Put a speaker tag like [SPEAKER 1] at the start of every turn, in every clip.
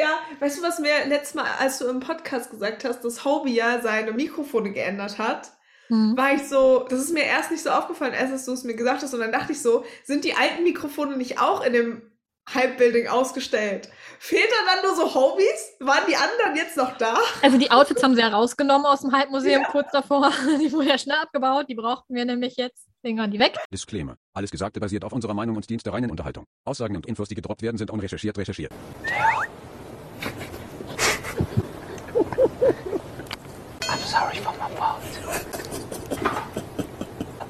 [SPEAKER 1] ja, weißt du, was mir letztes Mal, als du im Podcast gesagt hast, dass Hobie ja seine Mikrofone geändert hat,
[SPEAKER 2] Mhm.
[SPEAKER 1] war ich so, das ist mir erst nicht so aufgefallen, erst als du es mir gesagt hast. Und dann dachte ich so, sind die alten Mikrofone nicht auch in dem Hype-Building ausgestellt? Fehlt da dann nur so Hobies? Waren die anderen jetzt noch da?
[SPEAKER 2] Also die Outfits haben sie ja rausgenommen aus dem Halbmuseum kurz davor. Die wurden ja schnell abgebaut. Die brauchten wir nämlich jetzt. Deswegen waren die weg.
[SPEAKER 3] Disclaimer. Alles Gesagte basiert auf unserer Meinung und Dienst der reinen Unterhaltung. Aussagen und Infos, die gedroppt werden, sind unrecherchiert recherchiert.
[SPEAKER 4] I'm sorry for my fault.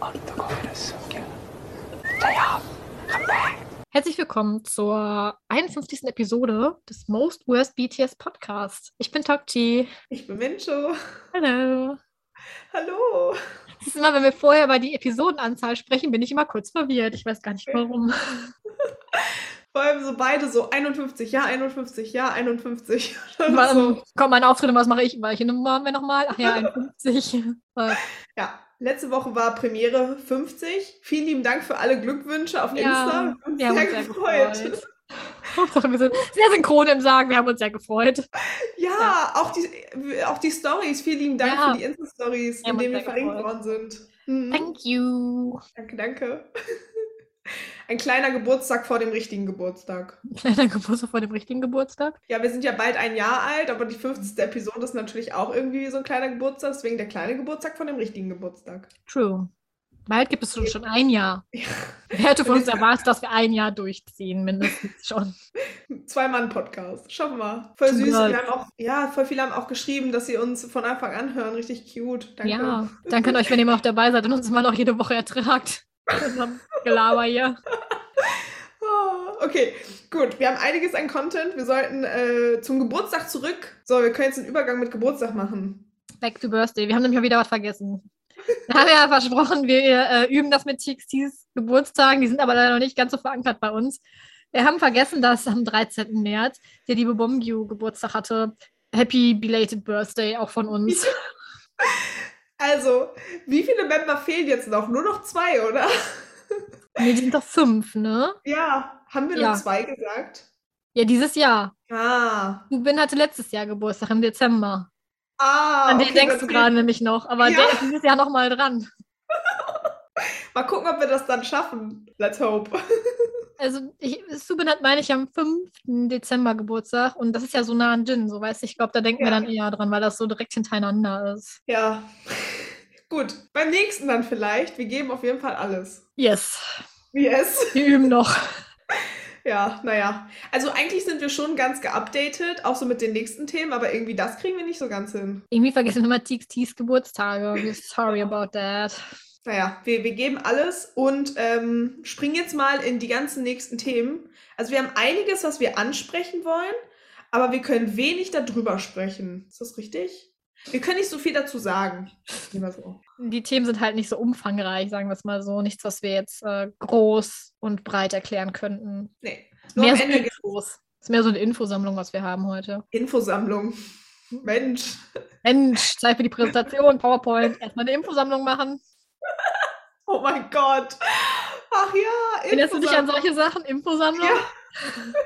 [SPEAKER 4] Und du kommst so gerne. Naja, I'm back.
[SPEAKER 2] Herzlich willkommen zur 51. Episode des Most Worst BTS Podcast. Ich bin Tokchi.
[SPEAKER 1] Ich bin Mincho.
[SPEAKER 2] Hallo.
[SPEAKER 1] Hallo.
[SPEAKER 2] Das ist immer, wenn wir vorher über die Episodenanzahl sprechen, bin ich immer kurz verwirrt. Ich weiß gar nicht warum.
[SPEAKER 1] Vor allem so beide so 51, ja, 51, ja, 51. Das ist
[SPEAKER 2] Warum
[SPEAKER 1] so,
[SPEAKER 2] kommt mein Auftritt und was mache ich? Welche Nummer haben wir nochmal? Ach ja, 51. Äh,
[SPEAKER 1] ja. Letzte Woche war Premiere 50. Vielen lieben Dank für alle Glückwünsche auf
[SPEAKER 2] ja,
[SPEAKER 1] Insta. Wir haben uns
[SPEAKER 2] wir haben
[SPEAKER 1] sehr
[SPEAKER 2] uns sehr
[SPEAKER 1] gefreut.
[SPEAKER 2] gefreut. Hauptsache, wir sind sehr synchron im Sagen. Wir haben uns sehr gefreut.
[SPEAKER 1] Ja, Auch, die, auch die Stories. Vielen lieben Dank
[SPEAKER 2] Ja.
[SPEAKER 1] für die Insta-Stories,
[SPEAKER 2] Wir haben
[SPEAKER 1] in denen wir
[SPEAKER 2] uns sehr
[SPEAKER 1] verlinkt
[SPEAKER 2] gefreut.
[SPEAKER 1] worden sind. Mhm.
[SPEAKER 2] Thank you.
[SPEAKER 1] Danke, danke. Ein kleiner Geburtstag vor dem richtigen Geburtstag.
[SPEAKER 2] Kleiner Geburtstag vor dem richtigen Geburtstag.
[SPEAKER 1] Ja, wir sind ja bald ein Jahr alt, aber die 50.
[SPEAKER 2] Mhm.
[SPEAKER 1] Episode ist natürlich auch irgendwie so ein kleiner Geburtstag, deswegen der kleine Geburtstag vor dem richtigen Geburtstag.
[SPEAKER 2] True. Bald gibt es schon, schon ein Jahr.
[SPEAKER 1] Ja.
[SPEAKER 2] Wer hätte von uns erwartet, dass wir ein Jahr durchziehen, mindestens schon.
[SPEAKER 1] Zwei-Mann-Podcast. Schaffen wir. Voll
[SPEAKER 2] Zum
[SPEAKER 1] süß. Und
[SPEAKER 2] Glück.
[SPEAKER 1] wir haben auch, ja, voll viele haben auch geschrieben, dass sie uns von Anfang an hören. Richtig cute. Danke.
[SPEAKER 2] Ja, danke an euch, wenn ihr immer noch dabei seid und uns immer noch jede Woche ertragt. Mit unserem Gelaber hier.
[SPEAKER 1] Ah, Okay, gut. Wir haben einiges an Content. Wir sollten äh, zum Geburtstag zurück. So, wir können jetzt einen Übergang mit Geburtstag machen.
[SPEAKER 2] Back to Birthday. Wir haben nämlich mal wieder was vergessen. Wir haben ja versprochen, wir äh, üben das mit TXTs Geburtstagen. Die sind aber leider noch nicht ganz so verankert bei uns. Wir haben vergessen, dass am 13. März der liebe Bomgyu Geburtstag hatte. Happy belated Birthday auch von uns.
[SPEAKER 1] Also, wie viele Member fehlen jetzt noch? Nur noch zwei, oder?
[SPEAKER 2] Nee, die sind doch fünf, ne?
[SPEAKER 1] Ja. Haben wir
[SPEAKER 2] Ja.
[SPEAKER 1] nur zwei gesagt?
[SPEAKER 2] Ja, dieses Jahr.
[SPEAKER 1] Ah.
[SPEAKER 2] Rubin hatte letztes Jahr Geburtstag im Dezember.
[SPEAKER 1] Ah.
[SPEAKER 2] An den
[SPEAKER 1] okay,
[SPEAKER 2] denkst
[SPEAKER 1] das
[SPEAKER 2] du
[SPEAKER 1] geht.
[SPEAKER 2] gerade nämlich noch, aber
[SPEAKER 1] Ja.
[SPEAKER 2] der ist dieses Jahr nochmal dran.
[SPEAKER 1] Mal gucken, ob wir das dann schaffen. Let's hope.
[SPEAKER 2] Also, ich, Subin hat, meine ich, am 5. Dezember Geburtstag und das ist ja so nah an Jin, so weißt du, ich glaube, da denken wir
[SPEAKER 1] Ja.
[SPEAKER 2] dann eher dran, weil das so direkt hintereinander ist.
[SPEAKER 1] Ja. Gut. Beim nächsten dann vielleicht. Wir geben auf jeden Fall alles.
[SPEAKER 2] Yes,
[SPEAKER 1] Yes.
[SPEAKER 2] wir üben noch.
[SPEAKER 1] Ja, naja. Also eigentlich sind wir schon ganz geupdatet, auch so mit den nächsten Themen, aber irgendwie das kriegen wir nicht so ganz hin.
[SPEAKER 2] Irgendwie vergessen wir immer TXTs Geburtstage. We're sorry about that.
[SPEAKER 1] Naja, wir, wir geben alles und ähm, springen jetzt mal in die ganzen nächsten Themen. Also wir haben einiges, was wir ansprechen wollen, aber wir können wenig darüber sprechen. Ist das richtig? Wir können nicht so viel dazu sagen. Immer so.
[SPEAKER 2] Die Themen sind halt nicht so umfangreich, sagen wir es mal so. Nichts, was wir jetzt äh, groß und breit erklären könnten.
[SPEAKER 1] Nee. Nur
[SPEAKER 2] Mehr
[SPEAKER 1] am
[SPEAKER 2] so
[SPEAKER 1] Ende gibt's
[SPEAKER 2] Infos. Ist mehr so eine Infosammlung, was wir haben heute.
[SPEAKER 1] Infosammlung. Mensch.
[SPEAKER 2] Mensch, Zeit für die Präsentation, PowerPoint. Erstmal eine Infosammlung machen.
[SPEAKER 1] Oh mein Gott. Ach ja,
[SPEAKER 2] Erinnerst du dich an
[SPEAKER 1] Infosammlung.
[SPEAKER 2] solche Sachen? Infosammlung?
[SPEAKER 1] Ja.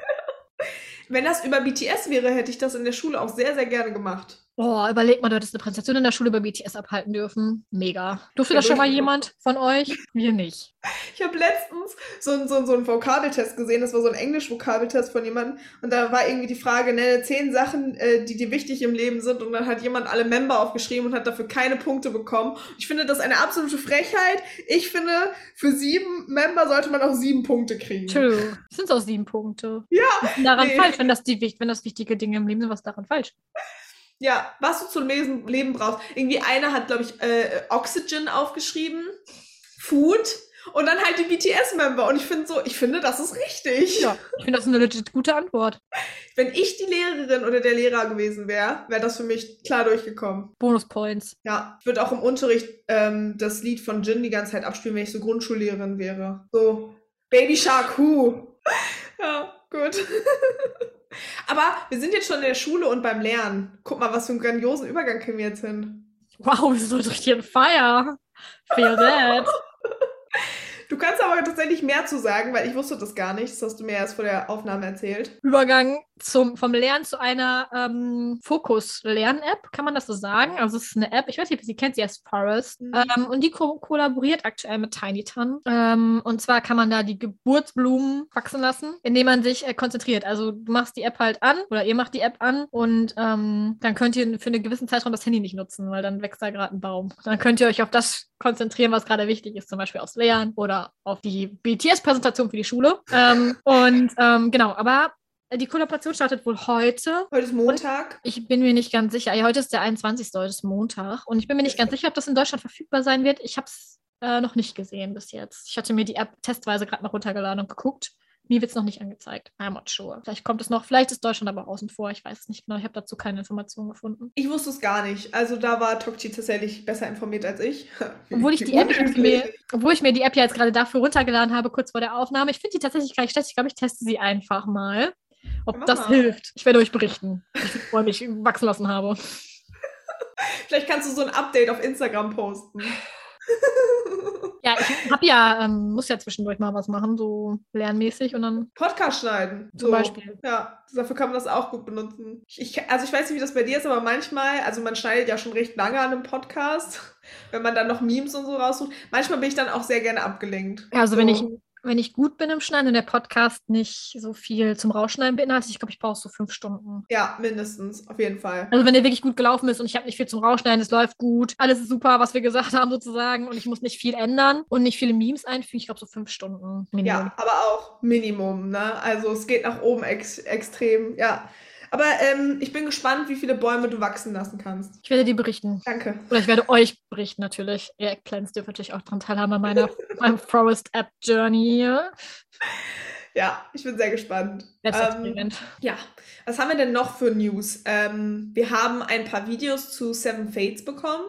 [SPEAKER 1] Wenn das über BTS wäre, hätte ich das in der Schule auch sehr, sehr gerne gemacht.
[SPEAKER 2] Boah, überleg mal, du hättest eine Präsentation in der Schule über BTS abhalten dürfen. Mega. Durfte
[SPEAKER 1] Ja,
[SPEAKER 2] das schon mal
[SPEAKER 1] durfte ich.
[SPEAKER 2] jemand von euch? Wir nicht.
[SPEAKER 1] Ich habe letztens so, einen- so, einen- so einen Vokabeltest gesehen, das war so ein Englisch-Vokabeltest von jemandem. Und da war irgendwie die Frage, nenne zehn Sachen, äh, die dir wichtig im Leben sind. Und dann hat jemand alle Member aufgeschrieben und hat dafür keine Punkte bekommen. Ich finde das eine absolute Frechheit. Ich finde, für sieben Member sollte man auch sieben Punkte kriegen.
[SPEAKER 2] True. Das sind auch sieben Punkte.
[SPEAKER 1] Ja,
[SPEAKER 2] Was ist daran
[SPEAKER 1] nee.
[SPEAKER 2] falsch, wenn das, die, wicht- wenn das wichtige Dinge im Leben sind, was ist daran falsch?
[SPEAKER 1] Ja, was du zum Lesen, Leben brauchst. Irgendwie einer hat, glaube ich, äh, Oxygen aufgeschrieben, Food und dann halt die BTS-Member. Und ich finde so, ich finde, das ist richtig.
[SPEAKER 2] Ja. Ich finde das eine legit gute Antwort.
[SPEAKER 1] Wenn ich die Lehrerin oder der Lehrer gewesen wäre, wäre das für mich klar durchgekommen.
[SPEAKER 2] Bonuspoints.
[SPEAKER 1] Ja, ich würde auch im Unterricht ähm, das Lied von Jin die ganze Zeit abspielen, wenn ich so Grundschullehrerin wäre. So, Baby Shark Who. ja, gut. Aber wir sind jetzt schon in der Schule und beim Lernen. Guck mal, was für einen grandiosen Übergang kriegen wir jetzt hin.
[SPEAKER 2] Wow, wir sind heute richtig on fire. Feel that.
[SPEAKER 1] Du kannst aber tatsächlich mehr zu sagen, weil ich wusste das gar nicht. Das hast du mir erst vor der Aufnahme erzählt.
[SPEAKER 2] Übergang zum, vom Lernen zu einer ähm, Fokus-Lern-App, kann man das so sagen? Also es ist eine App, ich weiß nicht, ob ihr sie kennt, sie heißt Forest.
[SPEAKER 1] Mhm.
[SPEAKER 2] Ähm, und die ko kollaboriert aktuell mit TinyTun. Ähm, und zwar kann man da die Geburtsblumen wachsen lassen, indem man sich äh, konzentriert. Also du machst die App halt an oder ihr macht die App an und ähm, dann könnt ihr für einen gewissen Zeitraum das Handy nicht nutzen, weil dann wächst da gerade ein Baum. Dann könnt ihr euch auf das konzentrieren, was gerade wichtig ist, zum Beispiel aufs Lernen oder auf die BTS-Präsentation für die Schule. Ähm, und ähm, genau, aber die Kollaboration startet wohl heute.
[SPEAKER 1] Heute ist Montag.
[SPEAKER 2] Ich bin mir nicht ganz sicher. Ja, heute ist der 21. Heute ist Montag. Und ich bin mir nicht ganz sicher, ob das in Deutschland verfügbar sein wird. Ich habe es äh, noch nicht gesehen bis jetzt. Ich hatte mir die App testweise gerade mal runtergeladen und geguckt. Mir wird es noch nicht angezeigt. I'm not sure. Vielleicht kommt es noch. Vielleicht ist Deutschland aber außen vor. Ich weiß es nicht genau. Ich habe dazu keine Informationen gefunden.
[SPEAKER 1] Ich wusste es gar nicht. Also da war Tokchi tatsächlich besser informiert als ich. Wie-
[SPEAKER 2] Obwohl ich,
[SPEAKER 1] wie
[SPEAKER 2] die App, jetzt mir,
[SPEAKER 1] unhöflich.
[SPEAKER 2] obwohl ich mir die App ja jetzt gerade dafür runtergeladen habe, kurz vor der Aufnahme. Ich finde die tatsächlich gar nicht schlecht. Ich glaube, ich teste sie einfach mal. Ob
[SPEAKER 1] Mach
[SPEAKER 2] das
[SPEAKER 1] mal.
[SPEAKER 2] hilft. Ich werde euch berichten. Ich freue mich, wachsen lassen habe.
[SPEAKER 1] Vielleicht kannst du so ein Update auf Instagram posten.
[SPEAKER 2] Ja, ich hab ja, ähm, muss ja zwischendurch mal was machen, so lernmäßig und dann.
[SPEAKER 1] Podcast schneiden.
[SPEAKER 2] Zum Beispiel.
[SPEAKER 1] Ja, dafür kann man das auch gut benutzen. Ich, also ich weiß nicht, wie das bei dir ist, aber manchmal, also man schneidet ja schon recht lange an einem Podcast, wenn man dann noch Memes und so raussucht. Manchmal bin ich dann auch sehr gerne abgelenkt.
[SPEAKER 2] Ja, also wenn ich,
[SPEAKER 1] So.
[SPEAKER 2] wenn ich gut bin im Schneiden und der Podcast nicht so viel zum Rausschneiden beinhaltet, ich glaube, ich brauche so fünf Stunden.
[SPEAKER 1] Ja, mindestens, auf jeden Fall.
[SPEAKER 2] Also wenn der wirklich gut gelaufen ist und ich habe nicht viel zum Rausschneiden, es läuft gut, alles ist super, was wir gesagt haben sozusagen und ich muss nicht viel ändern und nicht viele Memes einfügen, ich glaube so fünf Stunden Minimum.
[SPEAKER 1] Ja, aber auch Minimum, ne? Also es geht nach oben ex extrem, ja. Aber ähm, ich bin gespannt, wie viele Bäume du wachsen lassen kannst.
[SPEAKER 2] Ich werde dir berichten.
[SPEAKER 1] Danke.
[SPEAKER 2] Oder ich werde euch berichten natürlich. Ihr Eggplants dürft natürlich auch dran teilhaben an meiner meinem Forest App Journey hier.
[SPEAKER 1] Ja, ich bin sehr gespannt. Ähm,
[SPEAKER 2] Selbstexperiment.
[SPEAKER 1] ja, was haben wir denn noch für News? Ähm, wir haben ein paar Videos zu Seven Fates bekommen.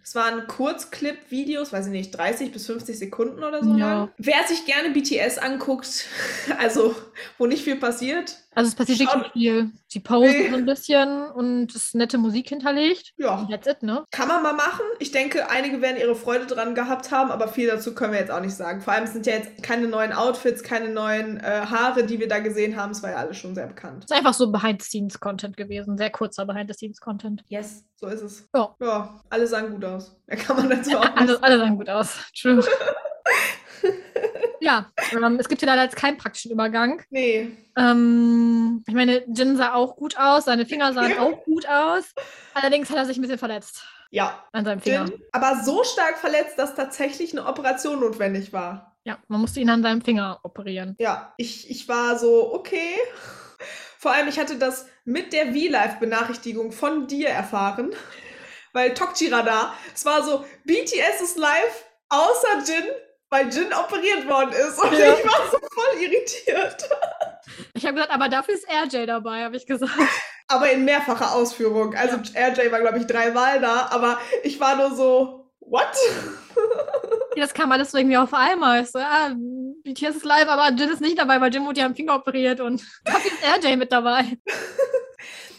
[SPEAKER 1] Das waren Kurzclip-Videos, weiß ich nicht, 30 bis 50 Sekunden oder so
[SPEAKER 2] Ja.
[SPEAKER 1] lang. Wer sich gerne BTS anguckt, also wo nicht viel passiert,
[SPEAKER 2] Also es passiert
[SPEAKER 1] Schau-
[SPEAKER 2] wirklich nicht viel. Sie posen
[SPEAKER 1] Nee.
[SPEAKER 2] so ein bisschen und es ist nette Musik hinterlegt.
[SPEAKER 1] ja,
[SPEAKER 2] Und that's it, ne?
[SPEAKER 1] Kann man mal machen. Ich denke, einige werden ihre Freude dran gehabt haben, aber viel dazu können wir jetzt auch nicht sagen. Vor allem es sind ja jetzt keine neuen Outfits, keine neuen äh, Haare, die wir da gesehen haben. Es war ja alles schon sehr bekannt.
[SPEAKER 2] Es ist einfach so Behind-the-Scenes-Content gewesen. Sehr kurzer Behind-the-Scenes-Content.
[SPEAKER 1] Yes. So ist es.
[SPEAKER 2] Ja.
[SPEAKER 1] Ja, alle sahen gut aus. Mehr kann man dazu auch
[SPEAKER 2] Alle,
[SPEAKER 1] nicht.
[SPEAKER 2] alle sahen gut aus. True. ja, ähm, es gibt hier leider jetzt keinen praktischen Übergang.
[SPEAKER 1] Nee.
[SPEAKER 2] Ähm, ich meine, Jin sah auch gut aus, seine Finger sahen auch gut aus. Allerdings hat er sich ein bisschen verletzt
[SPEAKER 1] Ja.
[SPEAKER 2] an seinem Finger.
[SPEAKER 1] Jin, aber so stark verletzt, dass tatsächlich eine Operation notwendig war.
[SPEAKER 2] Ja, man musste ihn an seinem Finger operieren.
[SPEAKER 1] Ja, ich, ich war so, okay. Vor allem, ich hatte das mit der V-Live-Benachrichtigung von dir erfahren, weil Tokchira da, es war so, BTS ist live, außer Jin, weil Jin operiert worden ist. Und
[SPEAKER 2] Ja.
[SPEAKER 1] ich war so voll irritiert.
[SPEAKER 2] Ich habe gesagt, aber dafür ist RJ dabei, habe ich gesagt.
[SPEAKER 1] Aber in mehrfacher Ausführung. Also RJ war, glaube ich, dreimal da, aber ich war nur so, what?
[SPEAKER 2] Ja, Das kam alles so irgendwie auf einmal. Ich so, ah, BTS ist live, aber Jin ist nicht dabei, weil Jim wurde ja am Finger operiert und dafür ist RJ mit dabei.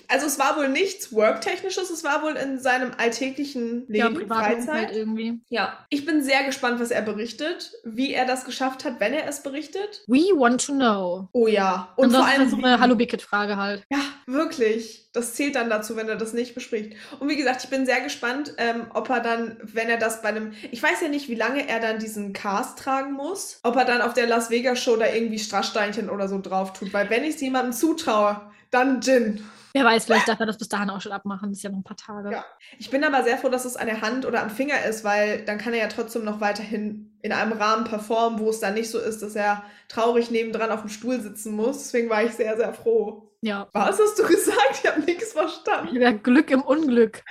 [SPEAKER 1] Also es war wohl nichts Work-Technisches, es war wohl in seinem alltäglichen
[SPEAKER 2] Ja, halt im
[SPEAKER 1] Leben,
[SPEAKER 2] privaten
[SPEAKER 1] Freizeit.
[SPEAKER 2] Umfeld irgendwie.
[SPEAKER 1] Ja, ich bin sehr gespannt, was er berichtet, wie er das geschafft hat, wenn er es berichtet.
[SPEAKER 2] We want to know.
[SPEAKER 1] Oh ja,
[SPEAKER 2] Und
[SPEAKER 1] und vor
[SPEAKER 2] Ansonsten
[SPEAKER 1] allem
[SPEAKER 2] ist das
[SPEAKER 1] wie-
[SPEAKER 2] so eine Hallo Bicket-Frage halt.
[SPEAKER 1] Ja, wirklich. Das zählt dann dazu, wenn er das nicht bespricht. Und wie gesagt, ich bin sehr gespannt, ähm, ob er dann, wenn er das bei einem, ich weiß ja nicht, wie lange er dann diesen Cast tragen muss, ob er dann auf der Las Vegas Show da irgendwie Strasssteinchen oder so drauf tut. Weil wenn ich es jemandem zutraue, dann Jin.
[SPEAKER 2] Wer weiß, vielleicht darf er das bis dahin auch schon abmachen. Das ist ja noch ein paar Tage.
[SPEAKER 1] Ja. Ich bin aber sehr froh, dass es an der Hand oder am Finger ist, weil dann kann er ja trotzdem noch weiterhin in einem Rahmen performen, wo es dann nicht so ist, dass er traurig nebendran auf dem Stuhl sitzen muss. Deswegen war ich sehr, sehr froh.
[SPEAKER 2] ja.
[SPEAKER 1] Was hast du gesagt? Ich habe nichts
[SPEAKER 2] Ich
[SPEAKER 1] verstanden.
[SPEAKER 2] hab ja Glück im Unglück.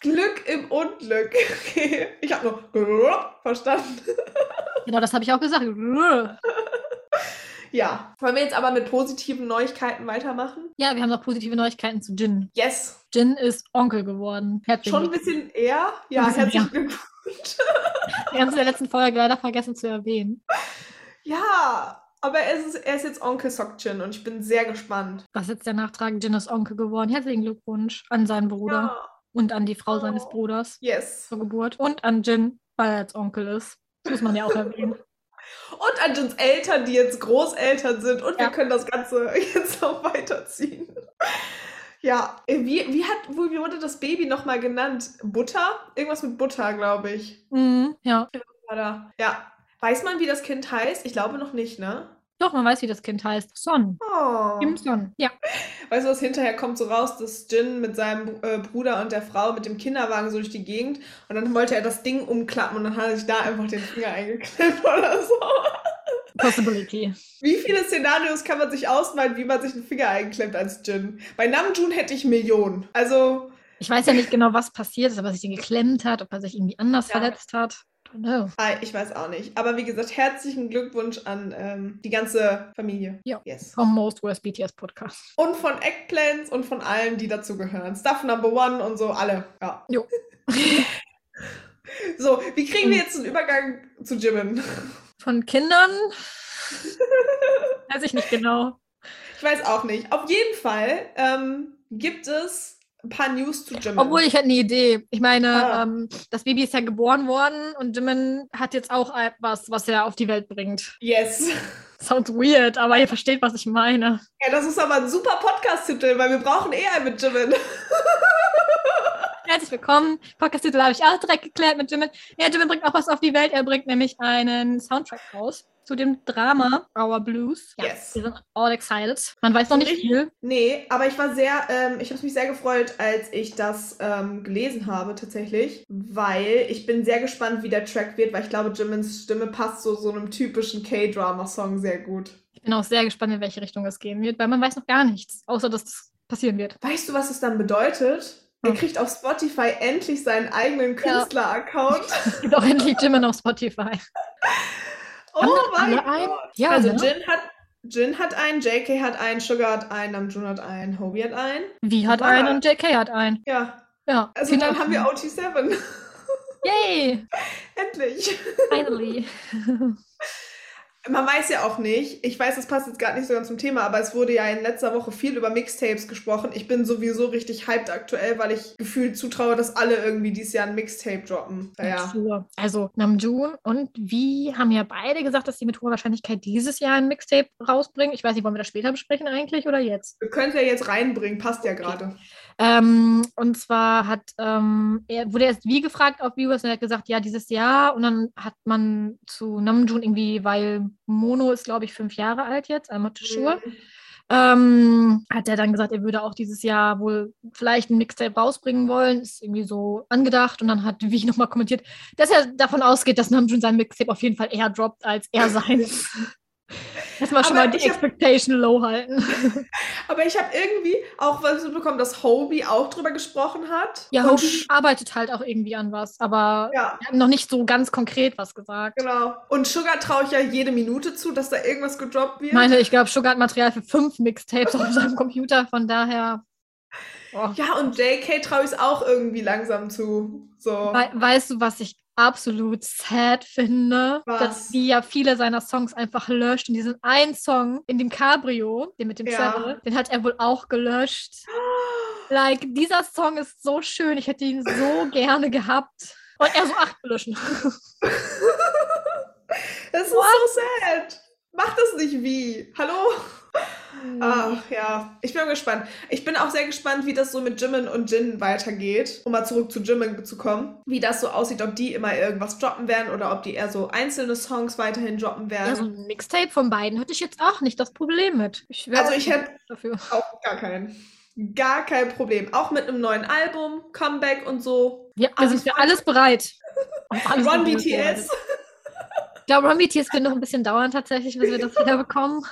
[SPEAKER 1] Glück im Unglück. Okay. Ich habe nur glück verstanden.
[SPEAKER 2] Genau, das habe ich auch gesagt. Ja,
[SPEAKER 1] Ja. Wollen wir jetzt aber mit positiven Neuigkeiten weitermachen?
[SPEAKER 2] wir haben noch positive Neuigkeiten zu Jin.
[SPEAKER 1] Yes.
[SPEAKER 2] Jin ist Onkel geworden. Herzlichen
[SPEAKER 1] Schon ein bisschen eher. Ja,
[SPEAKER 2] Ein bisschen
[SPEAKER 1] herzlichen
[SPEAKER 2] eher.
[SPEAKER 1] Glückwunsch.
[SPEAKER 2] Glückwunsch. Wir haben es in der letzten Folge leider vergessen zu erwähnen.
[SPEAKER 1] Ja. Aber er ist, er ist jetzt Onkel Sokjin und ich bin sehr gespannt.
[SPEAKER 2] Was jetzt der Nachtrag? Jin ist Onkel geworden. Herzlichen Glückwunsch an seinen Bruder.
[SPEAKER 1] Ja.
[SPEAKER 2] Und an die Frau
[SPEAKER 1] Oh.
[SPEAKER 2] seines Bruders
[SPEAKER 1] Yes.
[SPEAKER 2] zur Geburt. Und an Jin, weil er als Onkel ist. Das muss man ja auch erwähnen.
[SPEAKER 1] Und an uns Eltern, die jetzt Großeltern sind. Und
[SPEAKER 2] Ja.
[SPEAKER 1] wir können das Ganze jetzt noch weiterziehen. Ja, äh, wie, wie, hat, wo- wie wurde das Baby nochmal genannt? Butter? Irgendwas mit Butter, glaube ich.
[SPEAKER 2] Mhm, ja.
[SPEAKER 1] War da. Ja. Weiß man, wie das Kind heißt? Ich glaube noch nicht, ne?
[SPEAKER 2] Doch, man weiß, wie das Kind heißt. Son.
[SPEAKER 1] Oh.
[SPEAKER 2] Kim Son. Ja.
[SPEAKER 1] Weißt du, was hinterher kommt so raus, dass Jin mit seinem äh, Bruder und der Frau mit dem Kinderwagen so durch die Gegend und dann wollte er das Ding umklappen und dann hat er sich da einfach den Finger eingeklemmt oder so.
[SPEAKER 2] Possibility.
[SPEAKER 1] Wie viele Szenarios kann man sich ausmalen, wie man sich den Finger einklemmt als Jin? Bei Namjoon hätte ich Millionen. Also,
[SPEAKER 2] Ich weiß ja nicht genau, was passiert ist, ob er sich den geklemmt hat, ob er sich irgendwie anders
[SPEAKER 1] Ja.
[SPEAKER 2] verletzt hat. Don't know.
[SPEAKER 1] ah, ich weiß auch nicht. Aber wie gesagt, herzlichen Glückwunsch an ähm, die ganze Familie.
[SPEAKER 2] Ja.
[SPEAKER 1] Yes.
[SPEAKER 2] Vom Most Worst BTS Podcast.
[SPEAKER 1] Und von Eggplants und von allen, die dazugehören. Stuff Number One und so, alle. Ja.
[SPEAKER 2] Jo.
[SPEAKER 1] So, wie kriegen wir jetzt einen Übergang zu Jimin?
[SPEAKER 2] Von Kindern? weiß ich nicht genau.
[SPEAKER 1] Ich weiß auch nicht. Auf jeden Fall ähm, gibt es ein paar News zu Jimin.
[SPEAKER 2] Obwohl, ich hätte eine Idee. Ich meine,
[SPEAKER 1] Ah.
[SPEAKER 2] ähm, das Baby ist ja geboren worden und Jimin hat jetzt auch etwas, was er auf die Welt bringt.
[SPEAKER 1] Yes.
[SPEAKER 2] Sounds weird, aber ihr versteht, was ich meine.
[SPEAKER 1] Ja, das ist aber ein super Podcast-Titel, weil wir brauchen eh einen mit Jimin.
[SPEAKER 2] Herzlich willkommen. Podcast-Titel habe ich auch direkt geklärt mit Jimin. Ja, Jimin bringt auch was auf die Welt. Er bringt nämlich einen Soundtrack raus zu dem Drama Our Blues. Ja,
[SPEAKER 1] Yes.
[SPEAKER 2] Wir sind all excited. Man weiß noch nicht
[SPEAKER 1] Richtig.
[SPEAKER 2] viel.
[SPEAKER 1] Nee, aber ich war sehr, ähm, ich habe mich sehr gefreut, als ich das ähm, gelesen habe tatsächlich, weil ich bin sehr gespannt, wie der Track wird, weil ich glaube, Jimins Stimme passt so so einem typischen K-Drama-Song sehr gut.
[SPEAKER 2] Ich bin auch sehr gespannt, in welche Richtung es gehen wird, weil man weiß noch gar nichts, außer dass das passieren wird.
[SPEAKER 1] Weißt du, was es dann bedeutet? Er
[SPEAKER 2] Hm.
[SPEAKER 1] kriegt auf Spotify endlich seinen eigenen Künstler-Account.
[SPEAKER 2] Es gibt auch endlich Jimin auf Spotify.
[SPEAKER 1] Oh mein
[SPEAKER 2] alle einen?
[SPEAKER 1] Gott.
[SPEAKER 2] Ja,
[SPEAKER 1] also
[SPEAKER 2] ne?
[SPEAKER 1] Jin hat Jin hat einen, JK hat einen, Sugar hat einen, Namjoon hat einen, Hobi hat einen.
[SPEAKER 2] Wie hat
[SPEAKER 1] Wahre.
[SPEAKER 2] einen und JK hat einen.
[SPEAKER 1] Ja,
[SPEAKER 2] Ja.
[SPEAKER 1] also dann haben wir OT7.
[SPEAKER 2] Yay!
[SPEAKER 1] endlich.
[SPEAKER 2] Finally.
[SPEAKER 1] Man weiß ja auch nicht, ich weiß, das passt jetzt gerade nicht so ganz zum Thema, aber es wurde ja in letzter Woche viel über Mixtapes gesprochen. Ich bin sowieso richtig hyped aktuell, weil ich gefühlt zutraue, dass alle irgendwie dieses Jahr ein Mixtape droppen. Naja.
[SPEAKER 2] Sure. Also Namjoon und wie haben ja beide gesagt, dass sie mit hoher Wahrscheinlichkeit dieses Jahr ein Mixtape rausbringen. Ich weiß nicht, wollen wir das später besprechen eigentlich oder jetzt?
[SPEAKER 1] Wir können ja jetzt reinbringen, passt ja gerade.
[SPEAKER 2] Ähm, und zwar hat ähm, er wurde erst wie gefragt auf Viewers und er hat gesagt, ja, dieses Jahr. Und dann hat man zu Namjoon irgendwie, weil Mono ist, glaube ich, fünf Jahre alt jetzt, einmal to
[SPEAKER 1] Mhm.
[SPEAKER 2] sure. Ähm, hat er dann gesagt, er würde auch dieses Jahr wohl vielleicht ein Mixtape rausbringen wollen. Ist irgendwie so angedacht. Und dann hat Wie nochmal kommentiert, dass er davon ausgeht, dass Namjoon sein Mixtape auf jeden Fall eher droppt als er seins. Erstmal schon
[SPEAKER 1] Aber
[SPEAKER 2] mal die
[SPEAKER 1] ich hab-
[SPEAKER 2] Expectation low halten.
[SPEAKER 1] Aber ich habe irgendwie auch was mitbekommen, dass Hobie auch drüber gesprochen hat.
[SPEAKER 2] Ja,
[SPEAKER 1] Und-
[SPEAKER 2] Hope arbeitet halt auch irgendwie an was, aber
[SPEAKER 1] Ja,
[SPEAKER 2] wir haben noch nicht so ganz konkret was gesagt.
[SPEAKER 1] genau. Und Sugar traue ich ja jede Minute zu, dass da irgendwas gedroppt wird.
[SPEAKER 2] Ich meine, ich glaube, Sugar hat Material für fünf Mixtapes auf seinem Computer, von daher. Boah.
[SPEAKER 1] ja, und JK traue ich es auch irgendwie langsam zu. So.
[SPEAKER 2] Wei- weißt du, was ich absolut sad finde?
[SPEAKER 1] Was?
[SPEAKER 2] Dass sie ja viele seiner Songs einfach löscht. Und diesen einen Song in dem Cabrio, den mit dem
[SPEAKER 1] Ja.
[SPEAKER 2] Travel, den hat er wohl auch gelöscht. Like, dieser Song ist so schön. Ich hätte ihn so gerne gehabt. Und er so acht löschen.
[SPEAKER 1] Das ist so sad. Mach das nicht wie. Hallo?
[SPEAKER 2] Mhm.
[SPEAKER 1] Ach ja, ich bin gespannt. Ich bin auch sehr gespannt, wie das so mit Jimin und Jin weitergeht, um mal zurück zu Jimin zu kommen. Wie das so aussieht, ob die immer irgendwas droppen werden oder ob die eher so einzelne Songs weiterhin droppen werden.
[SPEAKER 2] Ja, so ein Mixtape von beiden hätte ich jetzt auch nicht das Problem mit. Ich wäre
[SPEAKER 1] Also ich hätte
[SPEAKER 2] dafür.
[SPEAKER 1] auch gar kein, gar kein Problem. Auch mit einem neuen Album, Comeback und so.
[SPEAKER 2] Ja, wir
[SPEAKER 1] Also
[SPEAKER 2] sind
[SPEAKER 1] ich
[SPEAKER 2] für
[SPEAKER 1] fand-
[SPEAKER 2] alles bereit. Auf alles
[SPEAKER 1] Run
[SPEAKER 2] sind wir
[SPEAKER 1] BTS.
[SPEAKER 2] bereit. Ich glaube, Run BTS wird noch ein bisschen dauern tatsächlich, bis wir das wieder bekommen.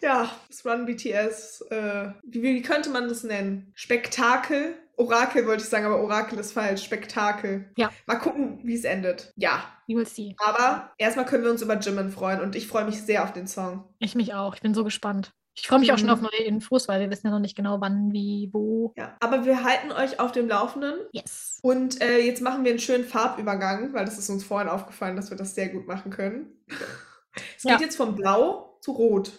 [SPEAKER 1] Ja, das Run BTS. Äh, wie, wie könnte man das nennen? Spektakel? Orakel wollte ich sagen, aber Orakel ist falsch. Spektakel.
[SPEAKER 2] Ja.
[SPEAKER 1] Mal gucken, wie es endet. Ja.
[SPEAKER 2] You will see.
[SPEAKER 1] Aber erstmal können wir uns über Jimin freuen und ich freue mich sehr auf den Song.
[SPEAKER 2] Ich mich auch. Ich bin so gespannt. Ich freue mich auch schon
[SPEAKER 1] Mhm.
[SPEAKER 2] auf neue Infos, weil wir wissen ja noch nicht genau, wann, wie, wo.
[SPEAKER 1] Ja. Aber wir halten euch auf dem Laufenden.
[SPEAKER 2] Yes.
[SPEAKER 1] Und äh, jetzt machen wir einen schönen Farbübergang, weil das ist uns vorhin aufgefallen, dass wir das sehr gut machen können. Es
[SPEAKER 2] Ja.
[SPEAKER 1] geht jetzt von Blau zu Rot.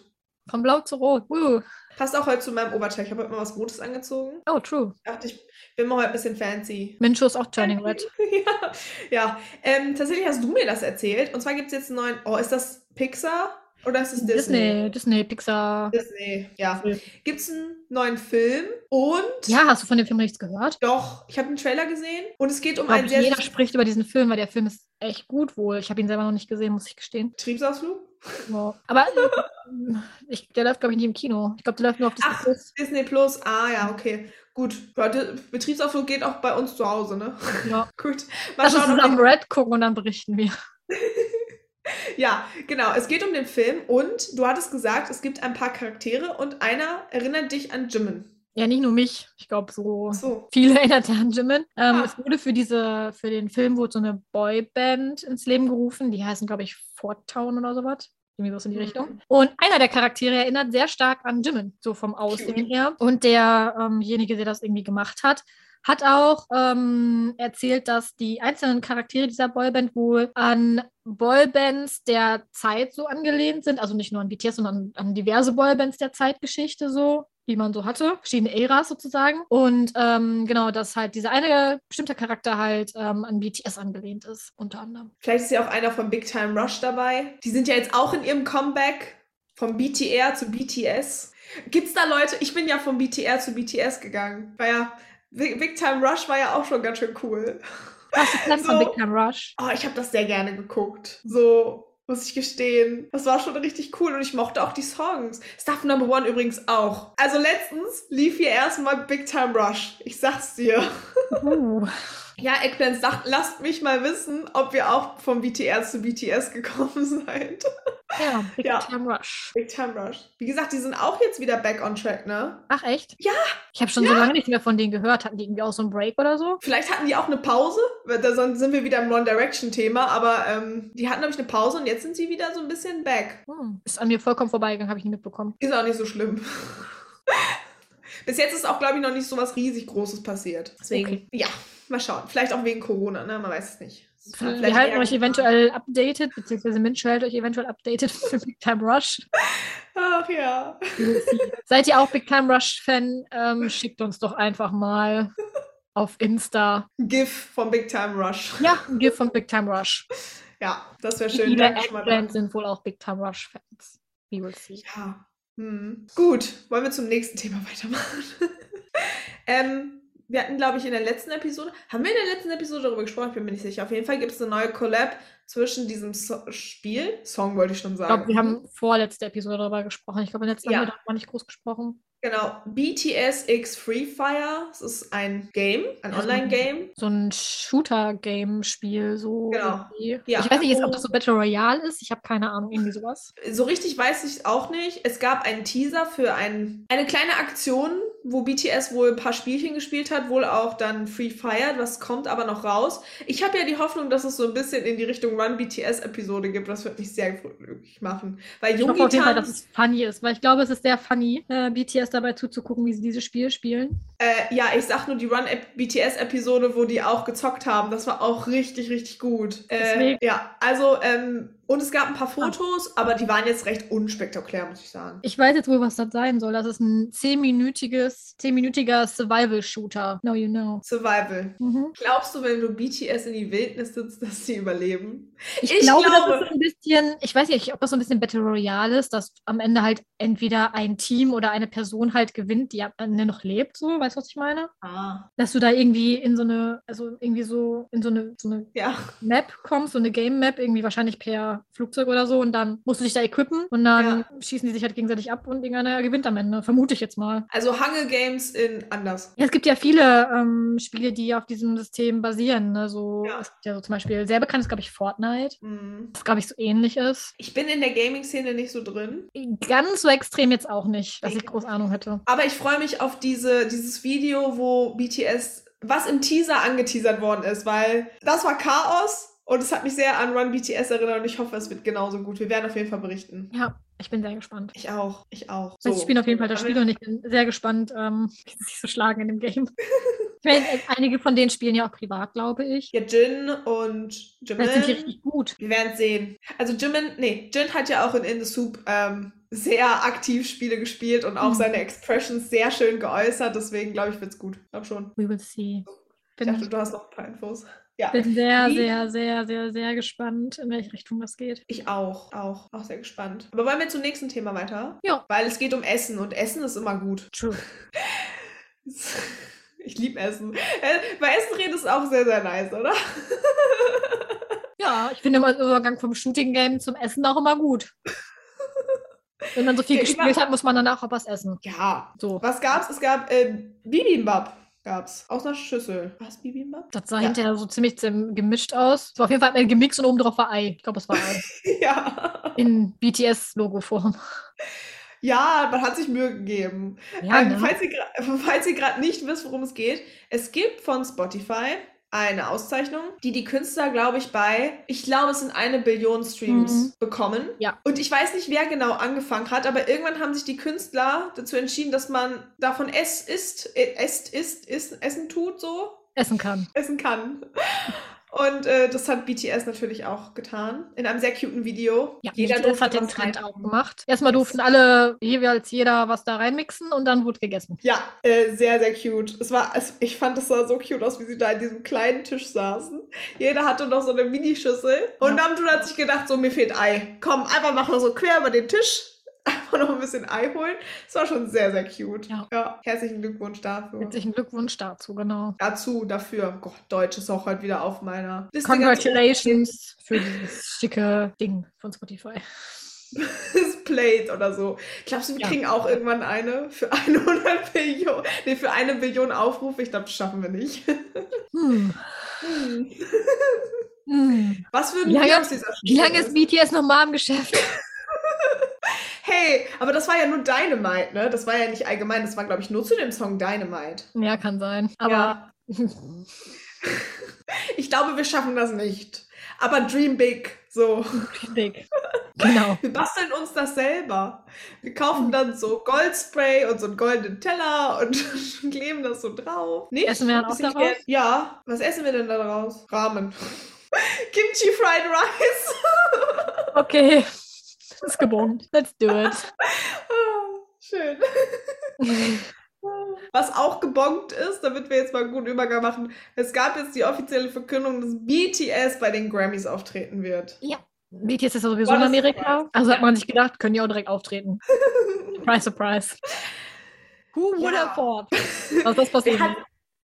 [SPEAKER 2] Von blau zu rot. Uh.
[SPEAKER 1] Passt auch heute zu meinem Oberteil. Ich habe heute mal was Rotes angezogen.
[SPEAKER 2] Oh, true.
[SPEAKER 1] Dachte, ich bin mal heute ein bisschen fancy.
[SPEAKER 2] Minshu ist auch Turning Red.
[SPEAKER 1] ja, ja. Ähm, tatsächlich hast du mir das erzählt. Und zwar gibt es jetzt einen neuen. Oh, ist das Pixar oder ist es Disney?
[SPEAKER 2] Disney, Disney, Pixar.
[SPEAKER 1] Disney, ja. Gibt es einen neuen Film und.
[SPEAKER 2] Ja, hast du von dem Film nichts gehört?
[SPEAKER 1] Doch, ich habe einen Trailer gesehen und es geht um
[SPEAKER 2] Ich glaub,
[SPEAKER 1] einen sehr
[SPEAKER 2] jeder spricht über diesen Film, weil der Film ist echt gut wohl. Ich habe ihn selber noch nicht gesehen, muss ich gestehen.
[SPEAKER 1] Betriebsausflug.
[SPEAKER 2] Wow. Aber äh, ich, der läuft, glaube ich, nicht im Kino. Ich glaube, der läuft nur auf Disney
[SPEAKER 1] Ach.
[SPEAKER 2] Plus.
[SPEAKER 1] Disney Plus, ah ja, okay. Gut. Leute, Betriebsausflug geht auch bei uns zu Hause, ne?
[SPEAKER 2] Ja.
[SPEAKER 1] Gut. Mal
[SPEAKER 2] Lass uns
[SPEAKER 1] schauen, ob
[SPEAKER 2] zusammen Red gucken und dann berichten wir.
[SPEAKER 1] Ja, genau. Es geht um den Film und du hattest gesagt, es gibt ein paar Charaktere und einer erinnert dich an Jimin.
[SPEAKER 2] Ja, nicht nur mich. Ich glaube, so
[SPEAKER 1] Ach So.
[SPEAKER 2] viele erinnerte an Jimin. Ähm,
[SPEAKER 1] Ah.
[SPEAKER 2] Es wurde für diese, für den Film wurde so eine Boyband ins Leben gerufen. Die heißen, glaube ich, Fort Town oder sowas. Irgendwie sowas in die
[SPEAKER 1] Mhm.
[SPEAKER 2] Richtung. Und einer der Charaktere erinnert sehr stark an Jimin, so vom Aussehen her. Und derjenige, der das irgendwie gemacht hat, hat auch ähm, erzählt, dass die einzelnen Charaktere dieser Boyband wohl an Boybands der Zeit so angelehnt sind. Also nicht nur an BTS, sondern an diverse Boybands der Zeitgeschichte so, die man so hatte. Verschiedene Äras sozusagen. Und ähm, genau, dass halt dieser eine bestimmte Charakter halt ähm, an BTS angelehnt ist, unter anderem.
[SPEAKER 1] Vielleicht ist ja auch einer von Big Time Rush dabei. Die sind ja jetzt auch in ihrem Comeback vom BTR zu BTS. Gibt's da Leute? Ich bin ja vom BTR zu BTS gegangen. War ja Big Big Time Rush war ja auch schon ganz schön cool.
[SPEAKER 2] Was ist denn
[SPEAKER 1] So.
[SPEAKER 2] von Big Time Rush?
[SPEAKER 1] Oh, ich habe das sehr gerne geguckt. So muss ich gestehen. Das war schon richtig cool und ich mochte auch die Songs. Stuff Number One übrigens auch. Also letztens lief hier erstmal Big Time Rush. Ich sag's dir.
[SPEAKER 2] Uh.
[SPEAKER 1] Ja, Eggplants, sagt, lasst mich mal wissen, ob wir auch vom BTR zu BTS gekommen seid.
[SPEAKER 2] Ja, Big
[SPEAKER 1] Ja.
[SPEAKER 2] Time Rush.
[SPEAKER 1] Big Time Rush. Wie gesagt, die sind auch jetzt wieder back on track, ne?
[SPEAKER 2] Ach, echt?
[SPEAKER 1] Ja.
[SPEAKER 2] Ich habe schon so lange nicht mehr von denen gehört. Hatten die irgendwie auch so einen Break oder so?
[SPEAKER 1] Vielleicht hatten die auch eine Pause, weil da sonst sind wir wieder im One Direction Thema, aber ähm, die hatten nämlich eine Pause und jetzt sind sie wieder so ein bisschen back.
[SPEAKER 2] Hm. Ist an mir vollkommen vorbeigegangen, habe ich nicht mitbekommen.
[SPEAKER 1] Ist auch nicht so schlimm. Bis jetzt ist auch, glaube ich, noch nicht so was riesig Großes passiert. Deswegen,
[SPEAKER 2] Okay.
[SPEAKER 1] ja, mal schauen. Vielleicht auch wegen Corona, ne? Man weiß es nicht. Es ist halt
[SPEAKER 2] Wir
[SPEAKER 1] vielleicht
[SPEAKER 2] halten
[SPEAKER 1] eher-
[SPEAKER 2] euch eventuell updated, beziehungsweise Minch hält euch eventuell updated für Big Time Rush.
[SPEAKER 1] Ach ja.
[SPEAKER 2] Seid ihr auch Big Time Rush-Fan? Ähm, schickt uns doch einfach mal auf Insta.
[SPEAKER 1] GIF vom Big Time Rush.
[SPEAKER 2] Ja, ein GIF von Big Time Rush.
[SPEAKER 1] Ja, das wäre schön.
[SPEAKER 2] Die
[SPEAKER 1] Danke schon mal
[SPEAKER 2] Eggplants sind wohl auch Big Time Rush-Fans. We will see.
[SPEAKER 1] Ja. Hm. Gut, wollen wir zum nächsten Thema weitermachen? ähm, wir hatten, glaube ich, in der letzten Episode, haben wir in der letzten Episode darüber gesprochen? Ich bin mir nicht sicher. Auf jeden Fall gibt es eine neue Collab zwischen diesem so Spiel, Song wollte ich schon
[SPEAKER 2] Ich
[SPEAKER 1] sagen.
[SPEAKER 2] glaube, wir haben vorletzte Episode darüber gesprochen. Ich glaube, in letzter
[SPEAKER 1] Ja.
[SPEAKER 2] haben wir darüber nicht groß gesprochen.
[SPEAKER 1] Genau, BTS X Free Fire. Es ist ein Game, ein
[SPEAKER 2] Also-
[SPEAKER 1] Online-Game.
[SPEAKER 2] So ein Shooter-Game-Spiel, so.
[SPEAKER 1] Genau.
[SPEAKER 2] irgendwie.
[SPEAKER 1] Ja.
[SPEAKER 2] Ich weiß nicht, jetzt, ob das so Battle Royale ist. Ich habe keine Ahnung, irgendwie sowas.
[SPEAKER 1] So richtig weiß ich es auch nicht. Es gab einen Teaser für ein, eine kleine Aktion, wo BTS wohl ein paar Spielchen gespielt hat, wohl auch dann Free Fire. Das kommt aber noch raus. Ich habe ja die Hoffnung, dass es so ein bisschen in die Richtung Run BTS-Episode gibt. Das wird mich sehr glücklich machen. Weil
[SPEAKER 2] Ich hoffe auf jeden Fall, dass
[SPEAKER 1] Jungitan,
[SPEAKER 2] es funny ist, weil ich glaube, es ist sehr funny, äh, BTS dabei zuzugucken, wie sie dieses Spiel spielen.
[SPEAKER 1] äh, ja, ich sag nur die Run BTS-Episode, wo die auch gezockt haben. Das war auch richtig, richtig gut. Äh,
[SPEAKER 2] Deswegen.
[SPEAKER 1] ja, also, ähm, und es gab ein paar
[SPEAKER 2] Ah.
[SPEAKER 1] Fotos, aber die waren jetzt recht unspektakulär, muss ich sagen.
[SPEAKER 2] Ich weiß jetzt wohl, was das sein soll. Das ist ein 10-minütiges, 10-minütiger Survival-Shooter. No, you know.
[SPEAKER 1] Survival.
[SPEAKER 2] Mhm.
[SPEAKER 1] Glaubst du, wenn du BTS in die Wildnis sitzt, dass sie überleben?
[SPEAKER 2] Ich,
[SPEAKER 1] Ich
[SPEAKER 2] glaube,
[SPEAKER 1] glaube-
[SPEAKER 2] das ist ein bisschen, ich weiß nicht, ob das so ein bisschen Battle Royale ist, dass am Ende halt entweder ein Team oder eine Person halt gewinnt, die am Ende noch lebt, so, weißt du, was ich meine?
[SPEAKER 1] Ah.
[SPEAKER 2] Dass du da irgendwie in so eine, also irgendwie so, in so eine, so eine
[SPEAKER 1] Ja.
[SPEAKER 2] Map kommst, so eine Game-Map, irgendwie wahrscheinlich per Flugzeug oder so, und dann musst du dich da equippen und dann schießen die sich halt gegenseitig ab und irgendeiner gewinnt am Ende, vermute ich jetzt mal.
[SPEAKER 1] Also Hunger Games in anders.
[SPEAKER 2] Ja, es gibt ja viele ähm, Spiele, die auf diesem System basieren. Ne? So,
[SPEAKER 1] Ja.
[SPEAKER 2] Es gibt ja so zum Beispiel, sehr bekannt ist, glaube ich, Fortnite,
[SPEAKER 1] Hm.
[SPEAKER 2] das, glaube ich, so ähnlich ist.
[SPEAKER 1] Ich bin in der Gaming-Szene nicht so drin,
[SPEAKER 2] Ganz so extrem jetzt auch nicht, dass ich groß Ahnung hätte.
[SPEAKER 1] aber ich freue mich auf diese, dieses Video, wo BTS, was im Teaser angeteasert worden ist, weil das war Chaos und es hat mich sehr an Run BTS erinnert und ich hoffe, es wird genauso gut. Wir werden auf jeden Fall berichten.
[SPEAKER 2] Ja, ich bin sehr gespannt.
[SPEAKER 1] Ich auch, ich auch.
[SPEAKER 2] Also ich spiele auf jeden Fall das Spiel und ich bin sehr gespannt, ähm, wie sie sich so schlagen in dem Game. Ich meine, äh, einige von denen spielen ja auch privat, glaube ich.
[SPEAKER 1] Ja, Jin und
[SPEAKER 2] Vielleicht sind die
[SPEAKER 1] Jimin.
[SPEAKER 2] richtig gut.
[SPEAKER 1] Wir werden sehen. Also Jimin, nee, Jin hat ja auch in In the Soup ähm, sehr aktiv Spiele gespielt und auch
[SPEAKER 2] Mhm.
[SPEAKER 1] seine Expressions sehr schön geäußert. Deswegen glaube ich, wird's gut. Glaub schon.
[SPEAKER 2] We will see.
[SPEAKER 1] Ich
[SPEAKER 2] Bin,
[SPEAKER 1] dachte, du hast noch ein paar Infos. Ja.
[SPEAKER 2] bin sehr,
[SPEAKER 1] Wie-
[SPEAKER 2] sehr, sehr, sehr, sehr gespannt, in welche Richtung das geht.
[SPEAKER 1] Ich auch, auch, auch sehr gespannt. Aber wollen wir zum nächsten Thema weiter?
[SPEAKER 2] Ja.
[SPEAKER 1] Weil es geht um Essen und Essen ist immer gut.
[SPEAKER 2] True.
[SPEAKER 1] Ich liebe Essen. Äh, Bei Essen reden ist auch sehr, sehr nice, oder?
[SPEAKER 2] Ja, ich finde immer den Übergang vom Shooting Game zum Essen auch immer gut. Wenn man so viel
[SPEAKER 1] Ja,
[SPEAKER 2] gespielt hat, muss man danach auch was essen.
[SPEAKER 1] Ja.
[SPEAKER 2] So.
[SPEAKER 1] Was gab's? Es gab äh, Bibimbap. Gab's. Aus einer Schüssel. Was, Bibimbap?
[SPEAKER 2] Das sah
[SPEAKER 1] Ja.
[SPEAKER 2] hinterher so ziemlich zem- gemischt aus. Es war auf jeden Fall ein gemixt und oben drauf war Ei. Ich glaube, es war Ei.
[SPEAKER 1] ja.
[SPEAKER 2] In BTS-Logo-Form.
[SPEAKER 1] Ja, man hat sich Mühe gegeben.
[SPEAKER 2] Ja,
[SPEAKER 1] ähm,
[SPEAKER 2] ne?
[SPEAKER 1] falls ihr gra- falls ihr gerade nicht wisst, worum es geht, es gibt von Spotify eine Auszeichnung, die die Künstler, glaube ich, bei, ich glaube, es sind eine Billion Streams
[SPEAKER 2] Mhm.
[SPEAKER 1] bekommen.
[SPEAKER 2] Ja.
[SPEAKER 1] Und ich weiß nicht, wer genau angefangen hat, aber irgendwann haben sich die Künstler dazu entschieden, dass man davon es isst, äh, esst, isst, isst, essen tut, so,
[SPEAKER 2] essen kann.
[SPEAKER 1] essen kann. Und äh, das hat BTS natürlich auch getan. In einem sehr cuten Video.
[SPEAKER 2] Ja,
[SPEAKER 1] Jeder
[SPEAKER 2] BTS
[SPEAKER 1] durfte
[SPEAKER 2] hat den
[SPEAKER 1] was
[SPEAKER 2] Trend
[SPEAKER 1] reintun.
[SPEAKER 2] auch gemacht. Erstmal durften alle, jeweils jeder, was da reinmixen und dann wurde gegessen.
[SPEAKER 1] Ja, äh, sehr, sehr cute. Es war, es, ich fand, es sah so cute aus, wie sie da an diesem kleinen Tisch saßen. Jeder hatte noch so eine Minischüssel. Und
[SPEAKER 2] Ja.
[SPEAKER 1] Namjoon hat sich gedacht, so, mir fehlt Ei. Komm, einfach mach noch so quer über den Tisch. Einfach noch ein bisschen Ei holen. Es war schon sehr, sehr cute.
[SPEAKER 2] Ja.
[SPEAKER 1] herzlichen Glückwunsch dafür.
[SPEAKER 2] Herzlichen Glückwunsch dazu, genau.
[SPEAKER 1] Dazu, dafür. Gott, Deutsch ist auch heute wieder auf meiner Liste. ganz oben.
[SPEAKER 2] Congratulations für dieses schicke Ding von Spotify.
[SPEAKER 1] Das Plate oder so. Glaubst du, wir
[SPEAKER 2] Ja.
[SPEAKER 1] kriegen auch irgendwann eine für 100 Billionen, nee, für eine Billion Aufrufe? Ich glaube, das schaffen wir nicht.
[SPEAKER 2] Hm.
[SPEAKER 1] Hm.
[SPEAKER 2] Hm.
[SPEAKER 1] Was würden
[SPEAKER 2] Wie lange-
[SPEAKER 1] wir aus dieser
[SPEAKER 2] Wie lange ist
[SPEAKER 1] Stelle-
[SPEAKER 2] BTS noch mal im Geschäft?
[SPEAKER 1] Hey, aber das war ja nur Dynamite, ne? Das war ja nicht allgemein, das war, glaube ich, nur zu dem Song Dynamite.
[SPEAKER 2] Ja, kann sein. Aber
[SPEAKER 1] Ja. Ich glaube, wir schaffen das nicht. Aber dream big, so.
[SPEAKER 2] dick. Genau.
[SPEAKER 1] Wir basteln uns das selber. Wir kaufen dann so Goldspray und so einen goldenen Teller und kleben das so drauf. Nicht?
[SPEAKER 2] Essen wir dann
[SPEAKER 1] Ein
[SPEAKER 2] auch
[SPEAKER 1] bisschen
[SPEAKER 2] daraus?
[SPEAKER 1] Kre- Ja. Was essen wir denn da draus? Ramen. Kimchi Fried Rice.
[SPEAKER 2] Okay. Ist gebogen. Let's do
[SPEAKER 1] Ah,
[SPEAKER 2] it.
[SPEAKER 1] Schön. Was auch gebongt ist, damit wir jetzt mal einen guten Übergang machen. Es gab jetzt die offizielle Verkündung, dass BTS bei den Grammys auftreten wird.
[SPEAKER 2] BTS ist ja sowieso
[SPEAKER 1] War
[SPEAKER 2] in
[SPEAKER 1] das
[SPEAKER 2] Amerika.
[SPEAKER 1] surprise?
[SPEAKER 2] Also hat
[SPEAKER 1] Ja.
[SPEAKER 2] man sich gedacht, können die auch direkt auftreten. Surprise, surprise. Who would
[SPEAKER 1] Ja.
[SPEAKER 2] have thought? Was das passiert?
[SPEAKER 1] hat-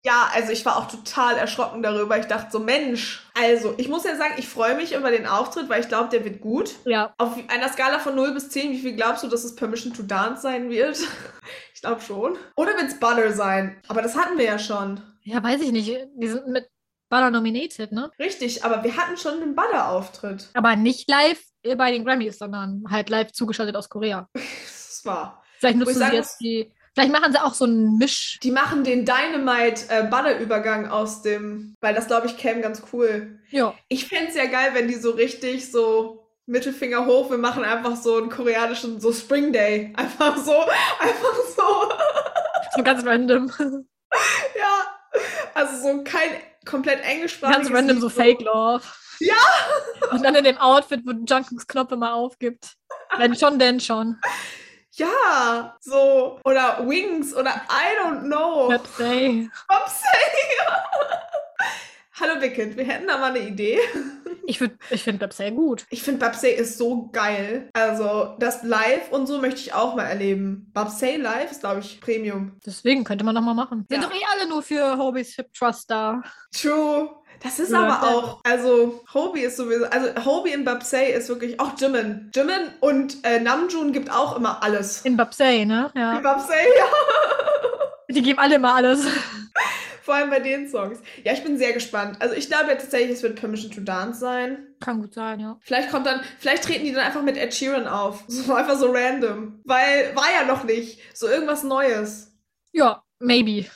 [SPEAKER 1] Ja, also ich war auch total erschrocken darüber. Ich dachte so, Mensch. Also, ich muss ja sagen, ich freue mich über den Auftritt, weil ich glaube, der wird gut.
[SPEAKER 2] Ja,
[SPEAKER 1] Auf einer Skala von 0 bis 10, wie viel glaubst du, dass es Permission to Dance sein wird? Ich glaube schon. Oder wird es Butter sein? Aber das hatten wir ja schon.
[SPEAKER 2] ja, weiß ich nicht. Die sind mit Baller nominated, ne?
[SPEAKER 1] Richtig, aber wir hatten schon einen Butter-Auftritt.
[SPEAKER 2] Aber nicht live bei den Grammys, sondern halt live zugeschaltet aus Korea.
[SPEAKER 1] Das war.
[SPEAKER 2] Vielleicht
[SPEAKER 1] ich
[SPEAKER 2] nutzen sie
[SPEAKER 1] sagen
[SPEAKER 2] jetzt die. Vielleicht machen sie auch so einen Misch.
[SPEAKER 1] Die machen den Dynamite-Banner-Übergang aus dem, weil das, glaube ich, käme ganz cool.
[SPEAKER 2] Ja.
[SPEAKER 1] Ich fänd's ja geil, wenn die so richtig so Mittelfinger hoch, wir machen einfach so einen koreanischen, so Spring Day. Einfach so, einfach so.
[SPEAKER 2] So ganz random.
[SPEAKER 1] Ja, also so kein komplett englischsprachiges.
[SPEAKER 2] ganz random,
[SPEAKER 1] Lied,
[SPEAKER 2] so Fake Love.
[SPEAKER 1] Ja!
[SPEAKER 2] Und dann in dem Outfit, wo Junkins Knopf immer aufgibt. Wenn schon, denn schon.
[SPEAKER 1] Ja, so. Oder Wings oder I don't know.
[SPEAKER 2] Let's say.
[SPEAKER 1] Ups, Hallo Wicked, wir hätten da mal eine Idee.
[SPEAKER 2] Ich, würd- ich finde Websay gut.
[SPEAKER 1] Ich finde Babsay ist so geil. Also das Live und so möchte ich auch mal erleben. Babsay Live ist, glaube ich, Premium.
[SPEAKER 2] Deswegen könnte man nochmal machen. Sind
[SPEAKER 1] Ja.
[SPEAKER 2] doch eh alle nur für Hobbies Hip Trust da.
[SPEAKER 1] True. Das ist
[SPEAKER 2] Ja,
[SPEAKER 1] aber
[SPEAKER 2] ja.
[SPEAKER 1] auch, also Hobie ist sowieso, also Hobie in Babsay ist wirklich, auch Jimin. Jimin und äh, Namjoon gibt auch immer alles.
[SPEAKER 2] In Babsay, ne?
[SPEAKER 1] In
[SPEAKER 2] Ja.
[SPEAKER 1] Babsay, ja.
[SPEAKER 2] Die geben alle immer alles.
[SPEAKER 1] Vor allem bei den Songs. Ja, ich bin sehr gespannt. Also ich glaube ja tatsächlich, es wird Permission to Dance sein.
[SPEAKER 2] Kann gut sein, ja.
[SPEAKER 1] Vielleicht kommt dann, vielleicht treten die dann einfach mit Ed Sheeran auf. So einfach so random. Weil war ja noch nicht. So irgendwas Neues.
[SPEAKER 2] Ja, maybe.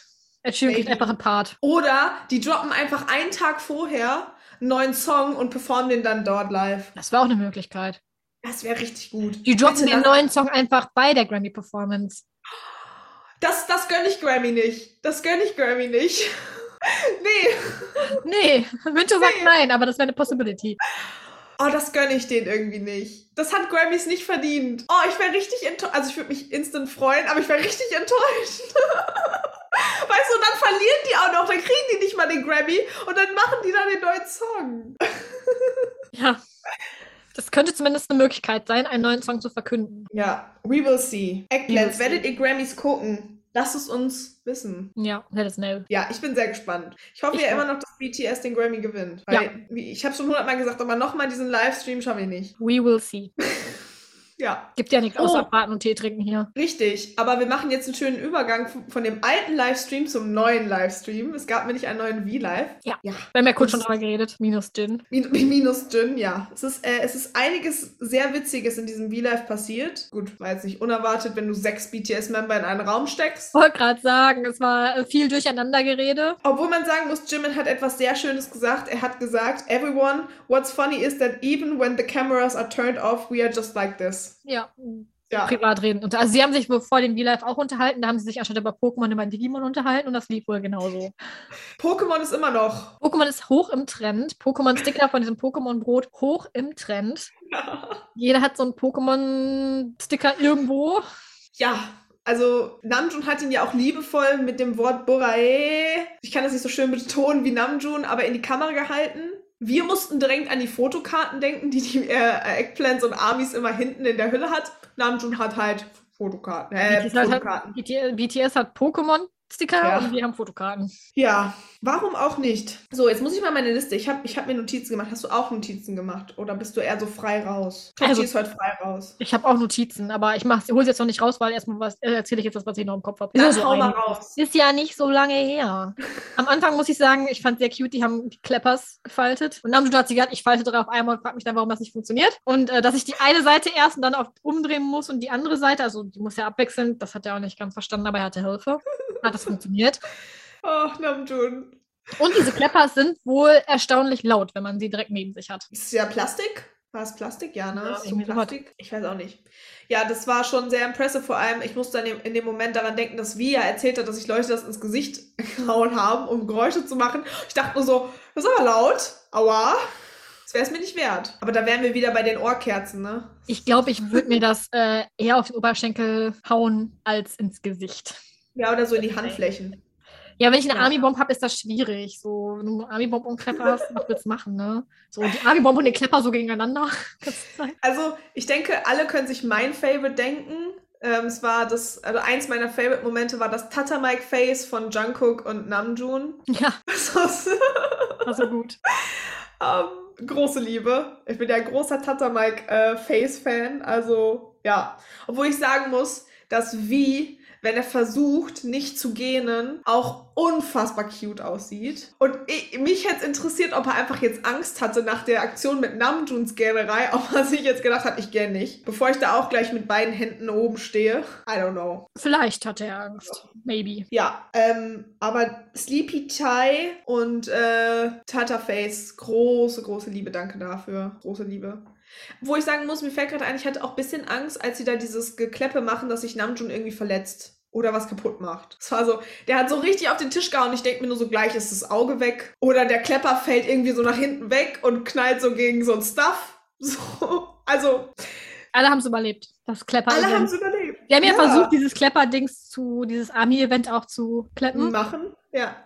[SPEAKER 2] Ed Sheeran kriegt
[SPEAKER 1] Maybe.
[SPEAKER 2] einfach einen Part.
[SPEAKER 1] Oder die droppen einfach einen Tag vorher einen neuen Song und performen den dann dort live.
[SPEAKER 2] Das war auch eine Möglichkeit.
[SPEAKER 1] Das wäre richtig gut.
[SPEAKER 2] Die droppen
[SPEAKER 1] Bitte
[SPEAKER 2] den
[SPEAKER 1] lass-
[SPEAKER 2] neuen Song einfach bei der Grammy-Performance.
[SPEAKER 1] Das, das gönne ich Grammy nicht. Das gönne ich Grammy nicht. nee.
[SPEAKER 2] Nee, Winter sagt
[SPEAKER 1] Nee.
[SPEAKER 2] nein, aber das wäre eine Possibility.
[SPEAKER 1] oh, das gönne ich denen irgendwie nicht. Das hat Grammys nicht verdient. Oh, ich wäre richtig enttäuscht. Also ich würde mich instant freuen, aber ich wäre richtig enttäuscht. Weißt du, und dann verlieren die auch noch, dann kriegen die nicht mal den Grammy und dann machen die da den neuen Song.
[SPEAKER 2] Ja. Das könnte zumindest eine Möglichkeit sein, einen neuen Song zu verkünden.
[SPEAKER 1] Ja, we will see. Eggplants,
[SPEAKER 2] We will see.
[SPEAKER 1] werdet ihr Grammys gucken? Lasst es uns wissen.
[SPEAKER 2] Ja, let us know.
[SPEAKER 1] Ja, ich bin sehr gespannt. Ich hoffe
[SPEAKER 2] Ich
[SPEAKER 1] ja
[SPEAKER 2] auch.
[SPEAKER 1] immer noch, dass BTS den Grammy gewinnt. Weil,
[SPEAKER 2] Ja.
[SPEAKER 1] wie- Ich habe schon hundertmal gesagt, aber nochmal diesen Livestream schauen wir nicht.
[SPEAKER 2] We will see.
[SPEAKER 1] Ja,
[SPEAKER 2] Gibt ja nichts
[SPEAKER 1] Oh.
[SPEAKER 2] außer Braten und Tee trinken hier.
[SPEAKER 1] richtig. Aber wir machen jetzt einen schönen Übergang von- von dem alten Livestream zum neuen Livestream. Es gab nämlich einen neuen V-Live.
[SPEAKER 2] Ja.
[SPEAKER 1] ja.
[SPEAKER 2] Wir haben ja kurz
[SPEAKER 1] Das-
[SPEAKER 2] schon drüber geredet. Minus Gin.
[SPEAKER 1] Min- Minus Jin, ja. Es ist, äh, es ist einiges sehr Witziges in diesem V-Live passiert. Gut, war jetzt nicht unerwartet, wenn du sechs BTS-Member in einen Raum steckst.
[SPEAKER 2] Wollte gerade sagen, es war äh, viel Durcheinandergerede.
[SPEAKER 1] Obwohl man sagen muss, Jimin hat etwas sehr Schönes gesagt. Er hat gesagt, everyone, what's funny is that even when the cameras are turned off, we are just like this.
[SPEAKER 2] Ja,
[SPEAKER 1] Ja,
[SPEAKER 2] privat reden. Und also sie haben sich wohl vor dem V-Live auch unterhalten. Da haben sie sich anstatt über Pokémon über Digimon unterhalten und das lief wohl genauso.
[SPEAKER 1] Pokémon ist immer noch.
[SPEAKER 2] Pokémon ist hoch im Trend. Pokémon-Sticker von diesem Pokémon-Brot hoch im Trend. Jeder hat so einen Pokémon-Sticker irgendwo.
[SPEAKER 1] Ja, also Namjoon hat ihn ja auch liebevoll mit dem Wort Borae, ich kann das nicht so schön betonen wie Namjoon, aber in die Kamera gehalten. Wir mussten direkt an die Fotokarten denken, die die äh, Eggplants und Amis immer hinten in der Hülle hat. Namjoon hat halt Fotokarten. Äh,
[SPEAKER 2] BTS, hat,
[SPEAKER 1] Fotokarten.
[SPEAKER 2] BTS, BTS hat Pokémon-Sticker
[SPEAKER 1] Ja.
[SPEAKER 2] und wir haben Fotokarten.
[SPEAKER 1] Ja, warum auch nicht? So, jetzt muss ich mal meine Liste. Ich habe ich hab mir Notizen gemacht. Hast du auch Notizen gemacht? Oder bist du eher so frei raus? Tochi
[SPEAKER 2] Also-
[SPEAKER 1] ist heute frei raus.
[SPEAKER 2] Ich habe auch Notizen, aber ich hole sie jetzt noch nicht raus, weil erstmal was äh, erzähle ich jetzt das, was ich noch im Kopf habe.
[SPEAKER 1] Dann hau mal raus.
[SPEAKER 2] Ist ja nicht so lange her. Am Anfang muss ich sagen, ich fand sehr cute, die haben die Clappers gefaltet. Und Namjoon hat sie gesagt, ich falte drauf einmal und frag mich dann, warum das nicht funktioniert. Und äh, dass ich die eine Seite erst und dann auch umdrehen muss und die andere Seite, also die muss ja abwechseln, das hat er auch nicht ganz verstanden, aber er hatte Hilfe. Hat das funktioniert.
[SPEAKER 1] Ach, Namjoon.
[SPEAKER 2] Und diese Clappers sind wohl erstaunlich laut, wenn man sie direkt neben sich hat.
[SPEAKER 1] Ist es ja Plastik? War es Plastik? Ja, ne?
[SPEAKER 2] Ja,
[SPEAKER 1] ist so
[SPEAKER 2] irgendwie sowas.
[SPEAKER 1] Plastik? Ich weiß auch nicht. Ja, das war schon sehr impressive. Vor allem, ich musste an dem, in dem Moment daran denken, dass Via erzählt hat, dass sich Leute das ins Gesicht gehauen haben, um Geräusche zu machen. Ich dachte nur so, das ist aber laut. Aua. Das wäre es mir nicht wert. Aber da wären wir wieder bei den Ohrkerzen, ne?
[SPEAKER 2] Ich glaube, ich würde mir das äh, eher auf den Oberschenkel hauen als ins Gesicht.
[SPEAKER 1] Ja, oder so in die Handflächen.
[SPEAKER 2] Ja, wenn ich eine
[SPEAKER 1] Ja.
[SPEAKER 2] Army-Bomb habe, ist das schwierig. So, wenn du eine Army-Bomb und Klepper hast, was willst du machen, ne? So, die Army-Bomb und den Klepper so gegeneinander. Das ist halt-
[SPEAKER 1] Also, ich denke, alle können sich mein Favorite denken. Ähm, es war das, also eins meiner Favorite-Momente war das Tatamike-Face von Jungkook und Namjoon.
[SPEAKER 2] ja,
[SPEAKER 1] Das ist,
[SPEAKER 2] also gut.
[SPEAKER 1] ähm, große Liebe. Ich bin ja ein großer Tatamike-Face-Fan. Also, ja. Obwohl ich sagen muss, dass V, wenn er versucht, nicht zu gähnen, auch unfassbar cute aussieht. Und ich, mich hätte interessiert, ob er einfach jetzt Angst hatte nach der Aktion mit Namjoons Gähnerei, ob er sich jetzt gedacht hat, ich gähne nicht. Bevor ich da auch gleich mit beiden Händen oben stehe. I don't know.
[SPEAKER 2] Vielleicht hatte er Angst. Maybe.
[SPEAKER 1] Ja, ähm, aber Sleepy Thai und äh, Tata Face, große, große Liebe, danke dafür. Große Liebe. Wo ich sagen muss, mir fällt gerade ein, ich hatte auch ein bisschen Angst, als sie da dieses Gekleppe machen, dass sich Namjoon irgendwie verletzt oder was kaputt macht. Es war so, der hat so richtig auf den Tisch gehauen. Ich denke mir nur so, gleich ist das Auge weg. Oder der Klepper fällt irgendwie so nach hinten weg und knallt so gegen so ein Stuff. So, also,
[SPEAKER 2] Alle haben es überlebt. Das Klepper.
[SPEAKER 1] alle haben es überlebt.
[SPEAKER 2] Die haben
[SPEAKER 1] Ja.
[SPEAKER 2] ja, versucht, dieses Klepper-Dings zu, dieses Army-Event auch zu kleppen.
[SPEAKER 1] Machen, ja.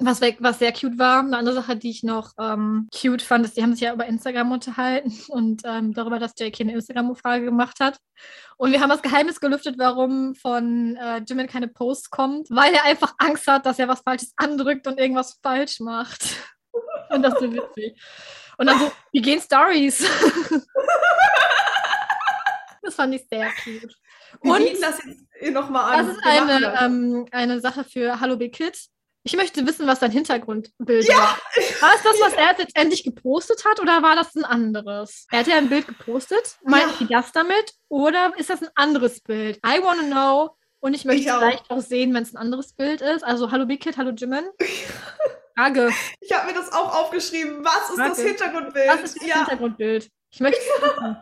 [SPEAKER 2] Was, weg- was sehr cute war. Eine andere Sache, die ich noch ähm, cute fand, ist, die haben sich ja über Instagram unterhalten und ähm, darüber, dass JK eine Instagram-Umfrage gemacht hat. Und wir haben das Geheimnis gelüftet, warum von äh, Jimin keine Posts kommt, weil er einfach Angst hat, dass er was Falsches andrückt und irgendwas falsch macht. Und das ist so witzig. Und dann so, wie gehen Stories? das fand ich sehr cute.
[SPEAKER 1] Wir
[SPEAKER 2] Und-
[SPEAKER 1] bieten das jetzt nochmal an.
[SPEAKER 2] Das ist
[SPEAKER 1] Wir machen
[SPEAKER 2] eine,
[SPEAKER 1] das.
[SPEAKER 2] ähm, eine Sache für Hallo Big Kid. Ich möchte wissen, was dein Hintergrundbild war. War es das, was er jetzt endlich gepostet hat oder war das ein anderes? Er hat ja ein Bild gepostet. Meint
[SPEAKER 1] Ja.
[SPEAKER 2] die das damit? Oder ist das ein anderes Bild? I wanna know. Und ich möchte
[SPEAKER 1] Ich auch.
[SPEAKER 2] vielleicht auch sehen, wenn es ein anderes Bild ist. Also Hallo Big Kid, hallo Jimin. Frage,
[SPEAKER 1] Ich habe mir das auch aufgeschrieben. Was ist das
[SPEAKER 2] Warte.
[SPEAKER 1] Hintergrundbild?
[SPEAKER 2] was ist das
[SPEAKER 1] ja.
[SPEAKER 2] Hintergrundbild? Ich möchte es wissen.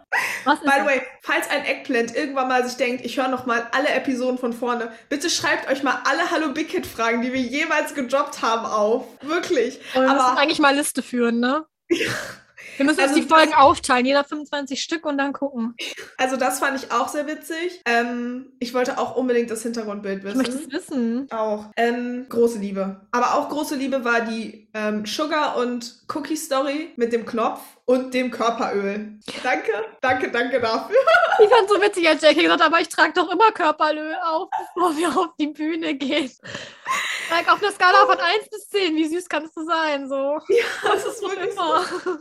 [SPEAKER 2] Was ist
[SPEAKER 1] By the
[SPEAKER 2] das?
[SPEAKER 1] way, falls ein Eggplant irgendwann mal sich denkt, ich höre nochmal alle Episoden von vorne, bitte schreibt euch mal alle Hallo Big Kid Fragen, die wir jeweils gedroppt haben, auf. Wirklich.
[SPEAKER 2] Wollen wir müssen
[SPEAKER 1] aber-
[SPEAKER 2] eigentlich mal Liste führen, ne? Wir müssen
[SPEAKER 1] Also
[SPEAKER 2] uns die
[SPEAKER 1] das-
[SPEAKER 2] Folgen aufteilen, jeder 25 Stück und dann gucken.
[SPEAKER 1] Also das fand ich auch sehr witzig. Ähm, ich wollte auch unbedingt das Hintergrundbild
[SPEAKER 2] Ich möchte es
[SPEAKER 1] wissen.
[SPEAKER 2] wissen.
[SPEAKER 1] Auch. Ähm, große Liebe. Aber auch große Liebe war die ähm, Sugar und Cookie Story mit dem Knopf und dem Körperöl. Danke, danke, danke dafür.
[SPEAKER 2] Ich fand so witzig, als Jackie gesagt hat, aber ich trage doch immer Körperöl auf, bevor wir auf die Bühne gehen. Like auf einer Skala von 1 bis 10, wie süß kannst du sein? So.
[SPEAKER 1] Das ist wirklich so.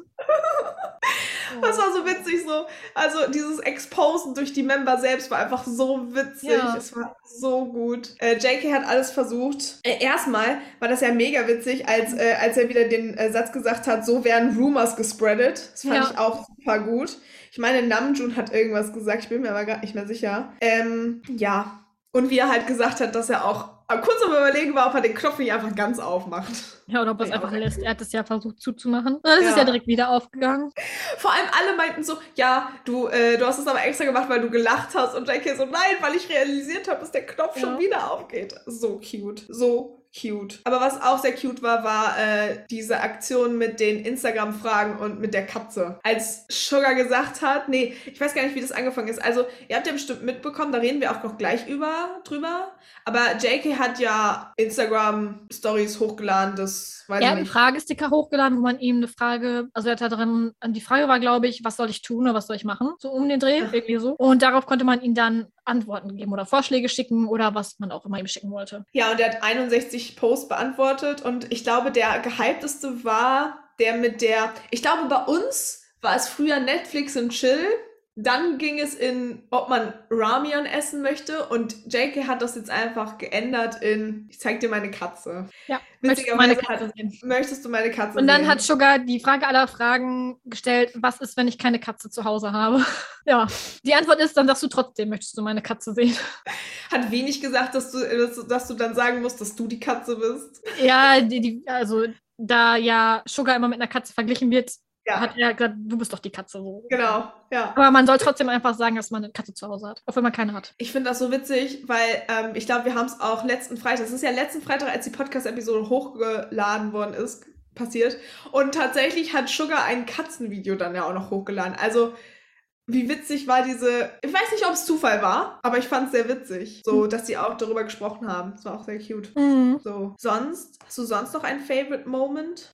[SPEAKER 1] Das war so witzig so. Also dieses Exposen durch die Member selbst war einfach so witzig.
[SPEAKER 2] Ja.
[SPEAKER 1] Es war so gut. Äh, JK hat alles versucht. Äh, erstmal war das ja mega witzig, als, äh, als er wieder den äh, Satz gesagt hat, so werden Rumors gespreadet. Das fand
[SPEAKER 2] Ja.
[SPEAKER 1] ich auch super gut. Ich meine, Namjoon hat irgendwas gesagt, ich bin mir aber gar nicht mehr sicher. Ähm, ja. Und wie er halt gesagt hat, dass er auch äh, kurz am Überlegen war, ob er den Knopf nicht einfach ganz aufmacht.
[SPEAKER 2] Ja, oder ob er es
[SPEAKER 1] Ja.
[SPEAKER 2] einfach lässt. Er hat es ja versucht zuzumachen. Und dann ist es
[SPEAKER 1] Ja.
[SPEAKER 2] ja direkt wieder aufgegangen.
[SPEAKER 1] Vor allem alle meinten so, ja, du, äh, du hast es aber extra gemacht, weil du gelacht hast. Und JK so, nein, weil ich realisiert habe, dass der Knopf
[SPEAKER 2] Ja.
[SPEAKER 1] schon wieder aufgeht. So cute. So cute. Aber was auch sehr cute war, war äh, diese Aktion mit den Instagram-Fragen und mit der Katze. Als Sugar gesagt hat, nee, ich weiß gar nicht, wie das angefangen ist. Also, ihr habt ja bestimmt mitbekommen, da reden wir auch noch gleich über, drüber. Aber JK hat ja Instagram-Stories hochgeladen, das weiß
[SPEAKER 2] Er hat
[SPEAKER 1] ich
[SPEAKER 2] einen
[SPEAKER 1] nicht.
[SPEAKER 2] Fragesticker hochgeladen, wo man ihm eine Frage, also er hat da drin, die Frage war, glaube ich, was soll ich tun oder was soll ich machen? So um den Dreh,
[SPEAKER 1] Ach.
[SPEAKER 2] irgendwie so. Und darauf konnte man ihm dann Antworten geben oder Vorschläge schicken oder was man auch immer ihm schicken wollte.
[SPEAKER 1] Ja, und er hat 61 Posts beantwortet und ich glaube, der gehypteste war der mit der. Ich glaube, bei uns war es früher Netflix und Chill. Dann ging es in, ob man Ramian essen möchte und JK hat das jetzt einfach geändert in, ich zeig dir meine Katze.
[SPEAKER 2] Ja, Möchtest du meine
[SPEAKER 1] witzigerweise hat,
[SPEAKER 2] Katze sehen?
[SPEAKER 1] möchtest du meine Katze
[SPEAKER 2] Und dann
[SPEAKER 1] sehen?
[SPEAKER 2] hat Sugar die Frage aller Fragen gestellt, was ist, wenn ich keine Katze zu Hause habe? Ja, die Antwort ist, dann sagst du trotzdem, möchtest du meine Katze sehen?
[SPEAKER 1] hat wenig gesagt, dass du, dass, du- dass du dann sagen musst, dass du die Katze bist.
[SPEAKER 2] Ja, die, die, also da ja Sugar immer mit einer Katze verglichen wird,
[SPEAKER 1] Ja,
[SPEAKER 2] hat er gesagt, du bist doch die Katze. So.
[SPEAKER 1] genau, ja.
[SPEAKER 2] Aber man soll trotzdem einfach sagen, dass man eine Katze zu Hause hat, auch wenn man keine hat.
[SPEAKER 1] Ich finde das so witzig, weil ähm, ich glaube, wir haben es auch letzten Freitag, es ist ja letzten Freitag, als die Podcast-Episode hochgeladen worden ist, passiert. Und tatsächlich hat Sugar ein Katzenvideo dann ja auch noch hochgeladen. Also, wie witzig war diese. Ich weiß nicht, ob es Zufall war, aber ich fand es sehr witzig, so dass sie auch darüber gesprochen haben. Das war auch sehr cute. So, sonst, hast du sonst noch einen Favorite Moment?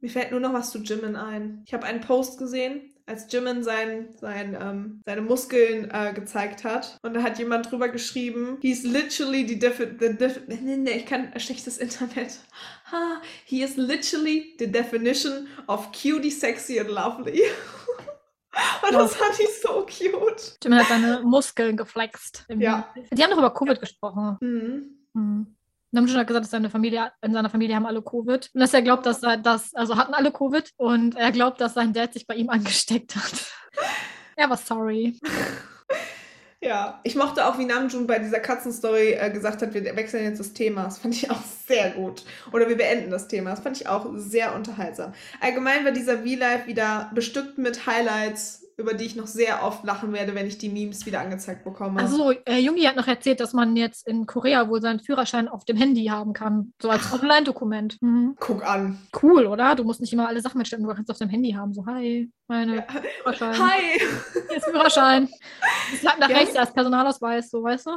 [SPEAKER 1] Mir fällt nur noch was zu Jimin ein. Ich habe einen Post gesehen, als Jimin sein, sein, ähm, seine Muskeln äh, gezeigt hat. Und da hat jemand drüber geschrieben, he's literally the defi- the def nee, nee, ich kann äh, schlechtes Internet. Ha, he is literally the definition of cutie, sexy and lovely. Und das fand ich so cute.
[SPEAKER 2] Jimin hat seine Muskeln geflext. Im-
[SPEAKER 1] Ja.
[SPEAKER 2] Die haben doch über Covid gesprochen.
[SPEAKER 1] Mhm.
[SPEAKER 2] Mhm. Namjoon hat gesagt, dass seine Familie, in seiner Familie haben alle Covid. Und dass er glaubt, dass er das, also hatten alle Covid. Und er glaubt, dass sein Dad sich bei ihm angesteckt hat. Er war sorry.
[SPEAKER 1] Ja, ich mochte auch, wie Namjoon bei dieser Katzenstory äh, gesagt hat, wir wechseln jetzt das Thema. Das fand ich auch sehr gut. Oder wir beenden das Thema. Das fand ich auch sehr unterhaltsam. Allgemein war dieser V-Live wieder bestückt mit Highlights, über die ich noch sehr oft lachen werde, wenn ich die Memes wieder angezeigt bekomme.
[SPEAKER 2] Also, äh, Jungi hat noch erzählt, dass man jetzt in Korea wohl seinen Führerschein auf dem Handy haben kann. So als Online-Dokument. Mhm.
[SPEAKER 1] Guck an.
[SPEAKER 2] Cool, oder? Du musst nicht immer alle Sachen mitschleppen, du kannst auf deinem Handy haben. So, hi, meine
[SPEAKER 1] Ja.
[SPEAKER 2] Führerschein.
[SPEAKER 1] Hi!
[SPEAKER 2] Hier ist Führerschein. Ich lag nach
[SPEAKER 1] Ja.
[SPEAKER 2] rechts als Personalausweis, so, weißt du?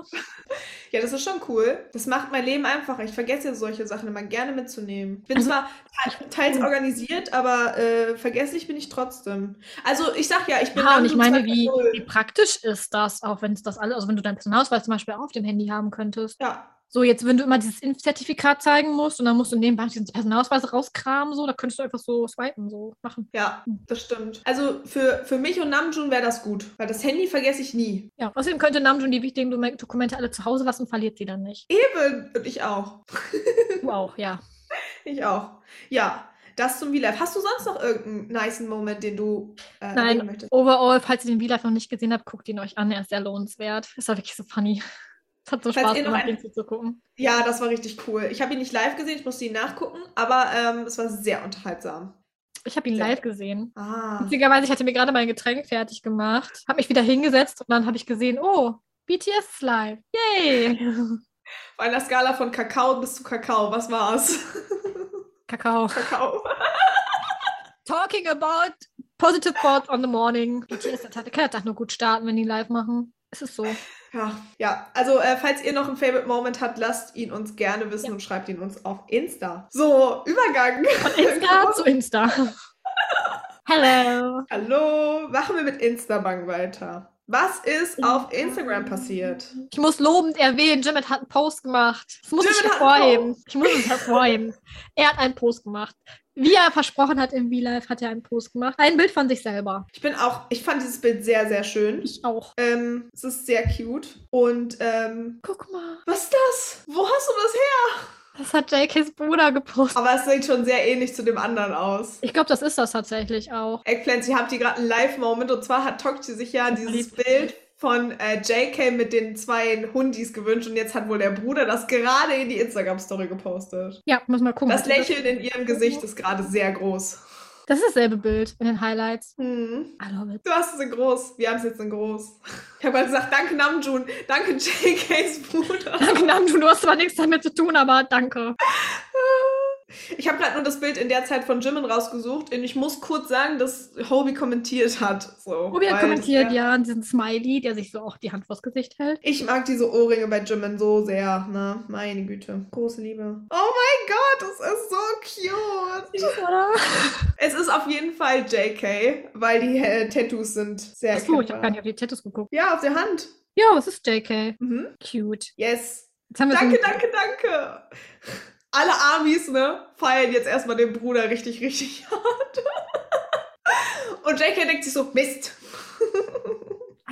[SPEAKER 1] Ja, das ist schon cool. Das macht mein Leben einfacher. Ich vergesse ja solche Sachen immer gerne mitzunehmen. Ich bin
[SPEAKER 2] Also-
[SPEAKER 1] zwar te- teils organisiert, aber äh, vergesslich bin ich trotzdem. Also ich sag ja, ich bin
[SPEAKER 2] Ja, Genau, und ich
[SPEAKER 1] Namjoon
[SPEAKER 2] meine, wie,
[SPEAKER 1] 2.0.
[SPEAKER 2] wie praktisch ist das, auch wenn es das alles, also wenn du deinen Personalausweis zum Beispiel auf dem Handy haben könntest.
[SPEAKER 1] Ja,
[SPEAKER 2] So, jetzt, wenn du immer dieses Impfzertifikat zeigen musst und dann musst du nebenbei diesen Personalausweis rauskramen, so, da könntest du einfach so swipen, so machen.
[SPEAKER 1] Ja, das stimmt. Also für, für mich und Namjoon wäre das gut, weil das Handy vergesse ich nie.
[SPEAKER 2] Ja, außerdem könnte Namjoon die wichtigen Dome- Dokumente alle zu Hause lassen, verliert sie dann nicht.
[SPEAKER 1] Eben, und ich auch.
[SPEAKER 2] Du auch, ja.
[SPEAKER 1] Ich auch. Ja, das zum V-Live. Hast du sonst noch irgendeinen nicen Moment, den du äh, erwähnen
[SPEAKER 2] Nein,
[SPEAKER 1] möchtest?
[SPEAKER 2] overall, falls ihr den V-Live noch nicht gesehen habt, guckt ihn euch an, er ist sehr lohnenswert. Ist war wirklich so funny. Es hat so
[SPEAKER 1] Falls
[SPEAKER 2] Spaß
[SPEAKER 1] ihr noch
[SPEAKER 2] gemacht,
[SPEAKER 1] einen-
[SPEAKER 2] den zuzugucken.
[SPEAKER 1] Ja, das war richtig cool. Ich habe ihn nicht live gesehen, ich musste ihn nachgucken, aber ähm, es war sehr unterhaltsam.
[SPEAKER 2] Ich habe ihn
[SPEAKER 1] Sehr
[SPEAKER 2] live gesehen.
[SPEAKER 1] Ah.
[SPEAKER 2] Witzigerweise, ich hatte mir gerade mein Getränk fertig gemacht, habe mich wieder hingesetzt und dann habe ich gesehen, oh, BTS ist live. Yay!
[SPEAKER 1] Auf einer Skala von Kakao bis zu Kakao, was war's?
[SPEAKER 2] Kakao.
[SPEAKER 1] Kakao.
[SPEAKER 2] Talking about Positive Thoughts on the morning. BTS, das hatte- kann ja Tag nur gut starten, wenn die live machen. Es ist so.
[SPEAKER 1] Ja, ja. also äh, falls ihr noch einen Favorite Moment habt, lasst ihn uns gerne wissen und schreibt ihn uns auf Insta. So, Übergang.
[SPEAKER 2] Von Insta zu Insta. Hello.
[SPEAKER 1] Hallo, machen wir mit Instabang weiter. Was ist auf Instagram passiert?
[SPEAKER 2] Ich muss lobend erwähnen, Jimmet hat einen Post gemacht. Das muss ich
[SPEAKER 1] Jimmet hat einen
[SPEAKER 2] hervorheben. Ich muss es hervorheben. Er hat einen Post gemacht. Wie er versprochen hat im V-Live, hat er einen Post gemacht. Ein Bild von sich selber.
[SPEAKER 1] Ich bin auch, ich fand dieses Bild sehr, sehr schön.
[SPEAKER 2] Ich auch.
[SPEAKER 1] Ähm, es ist sehr cute. Und ähm,
[SPEAKER 2] Guck mal,
[SPEAKER 1] was ist das? Wo hast du das her?
[SPEAKER 2] das hat JKs Bruder gepostet.
[SPEAKER 1] Aber es sieht schon sehr ähnlich zu dem anderen aus.
[SPEAKER 2] Ich glaube, das ist das tatsächlich auch.
[SPEAKER 1] Eggplant, ihr habt hier gerade einen Live-Moment und zwar hat Tokchi sich ja dieses Bild von äh, JK mit den zwei Hundis gewünscht und jetzt hat wohl der Bruder das gerade in die Instagram-Story gepostet.
[SPEAKER 2] Ja, muss mal gucken.
[SPEAKER 1] Das Lächeln in ihrem Gesicht ist gerade sehr groß.
[SPEAKER 2] Das ist dasselbe Bild in den Highlights.
[SPEAKER 1] Hm.
[SPEAKER 2] I love it.
[SPEAKER 1] Du hast es in groß. Wir haben es jetzt in groß. Ich habe gerade gesagt, danke Namjoon, danke JKs Bruder.
[SPEAKER 2] Danke, Namjoon, du hast zwar nichts damit zu tun, aber danke.
[SPEAKER 1] Ich habe gerade nur das Bild in der Zeit von Jimin rausgesucht und ich muss kurz sagen, dass Hobie kommentiert hat. So,
[SPEAKER 2] Ruby hat
[SPEAKER 1] weil-
[SPEAKER 2] kommentiert, ja, diesen Smiley, der sich so auch die Hand vors Gesicht hält.
[SPEAKER 1] Ich mag diese Ohrringe bei Jimin so sehr, ne? Meine Güte. Große Liebe. Oh mein Gott, das ist so cute.
[SPEAKER 2] Oder?
[SPEAKER 1] Es ist auf jeden Fall JK, weil die äh, Tattoos sind sehr
[SPEAKER 2] Achso, ich habe
[SPEAKER 1] erkennbar.
[SPEAKER 2] gar nicht auf die Tattoos geguckt.
[SPEAKER 1] Ja, auf der Hand.
[SPEAKER 2] Ja, es ist JK.
[SPEAKER 1] Mhm.
[SPEAKER 2] Cute.
[SPEAKER 1] Yes.
[SPEAKER 2] Jetzt haben wir
[SPEAKER 1] Danke,
[SPEAKER 2] so ein-
[SPEAKER 1] danke, danke. Alle Amis, ne, feiern jetzt erstmal den Bruder richtig, richtig hart. Und JK denkt sich so, Mist.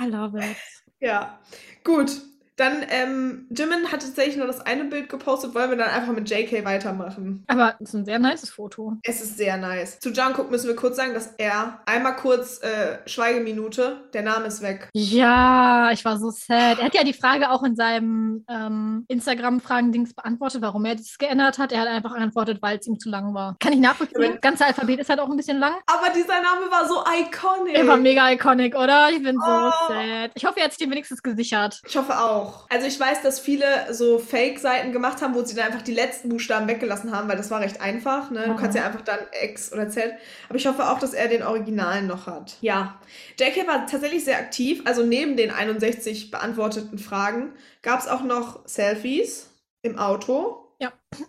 [SPEAKER 2] I love it.
[SPEAKER 1] Ja, gut. Dann, ähm, Jimin hat tatsächlich nur das eine Bild gepostet. Wollen wir dann einfach mit JK weitermachen?
[SPEAKER 2] Aber es ist ein sehr nices Foto.
[SPEAKER 1] Es ist sehr nice. Zu Jungkook müssen wir kurz sagen, dass er einmal kurz äh, Schweigeminute, der Name ist weg.
[SPEAKER 2] Ja, ich war so sad. Er hat ja die Frage auch in seinem ähm, Instagram-Fragen-Dings beantwortet, warum er das geändert hat. Er hat einfach geantwortet, weil es ihm zu lang war. Kann ich nachvollziehen. Das ganze Alphabet ist halt auch ein bisschen lang.
[SPEAKER 1] Aber dieser Name war so iconic.
[SPEAKER 2] Er war mega iconic, oder? Ich bin so
[SPEAKER 1] Oh.
[SPEAKER 2] sad. Ich hoffe, er hat sich den wenigstens gesichert.
[SPEAKER 1] Ich hoffe auch. Also ich weiß, dass viele so Fake-Seiten gemacht haben, wo sie dann einfach die letzten Buchstaben weggelassen haben, weil das war recht einfach. Ne? Du
[SPEAKER 2] Mhm.
[SPEAKER 1] kannst ja einfach dann X oder Z. Aber ich hoffe auch, dass er den Originalen noch hat. Ja. JK war tatsächlich sehr aktiv. Also neben den 61 beantworteten Fragen gab es auch noch Selfies im Auto.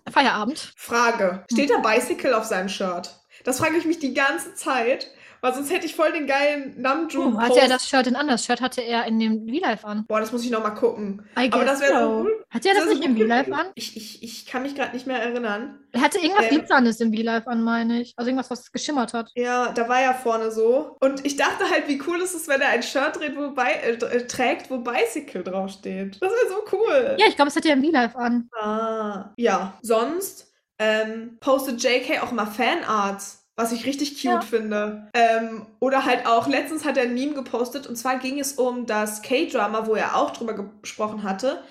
[SPEAKER 2] Feierabend.
[SPEAKER 1] Frage. Steht da Bicycle auf seinem Shirt? Das frage ich mich die ganze Zeit, weil sonst hätte ich voll den geilen Namjoon.
[SPEAKER 2] Oh,
[SPEAKER 1] Oh,
[SPEAKER 2] hatte er das Shirt in anders? Shirt hatte er in dem V-Live an.
[SPEAKER 1] Boah, das muss ich nochmal gucken.
[SPEAKER 2] I
[SPEAKER 1] Aber das
[SPEAKER 2] guess
[SPEAKER 1] wäre so
[SPEAKER 2] so.
[SPEAKER 1] cool.
[SPEAKER 2] Hatte er das
[SPEAKER 1] ist
[SPEAKER 2] nicht im
[SPEAKER 1] gut
[SPEAKER 2] V-Live
[SPEAKER 1] gewesen.
[SPEAKER 2] an?
[SPEAKER 1] Ich, ich, ich kann mich gerade nicht mehr erinnern.
[SPEAKER 2] Er hatte irgendwas
[SPEAKER 1] Ähm.
[SPEAKER 2] Glitzerndes im V-Live an, meine ich. Also irgendwas, was geschimmert hat.
[SPEAKER 1] Ja, da war ja vorne so. Und ich dachte halt, wie cool ist es, wenn er ein Shirt trägt, wo, Bi äh, äh, trägt, wo Bicycle draufsteht. Das wäre so cool.
[SPEAKER 2] Ja, ich glaube, es hatte er im V-Live an.
[SPEAKER 1] Ah, ja. Sonst ähm, postet JK auch mal Fanarts, was ich richtig cute
[SPEAKER 2] Ja.
[SPEAKER 1] finde. Ähm, oder halt auch, letztens hat er ein Meme gepostet und zwar ging es um das K-Drama, wo er auch drüber ge- gesprochen hatte.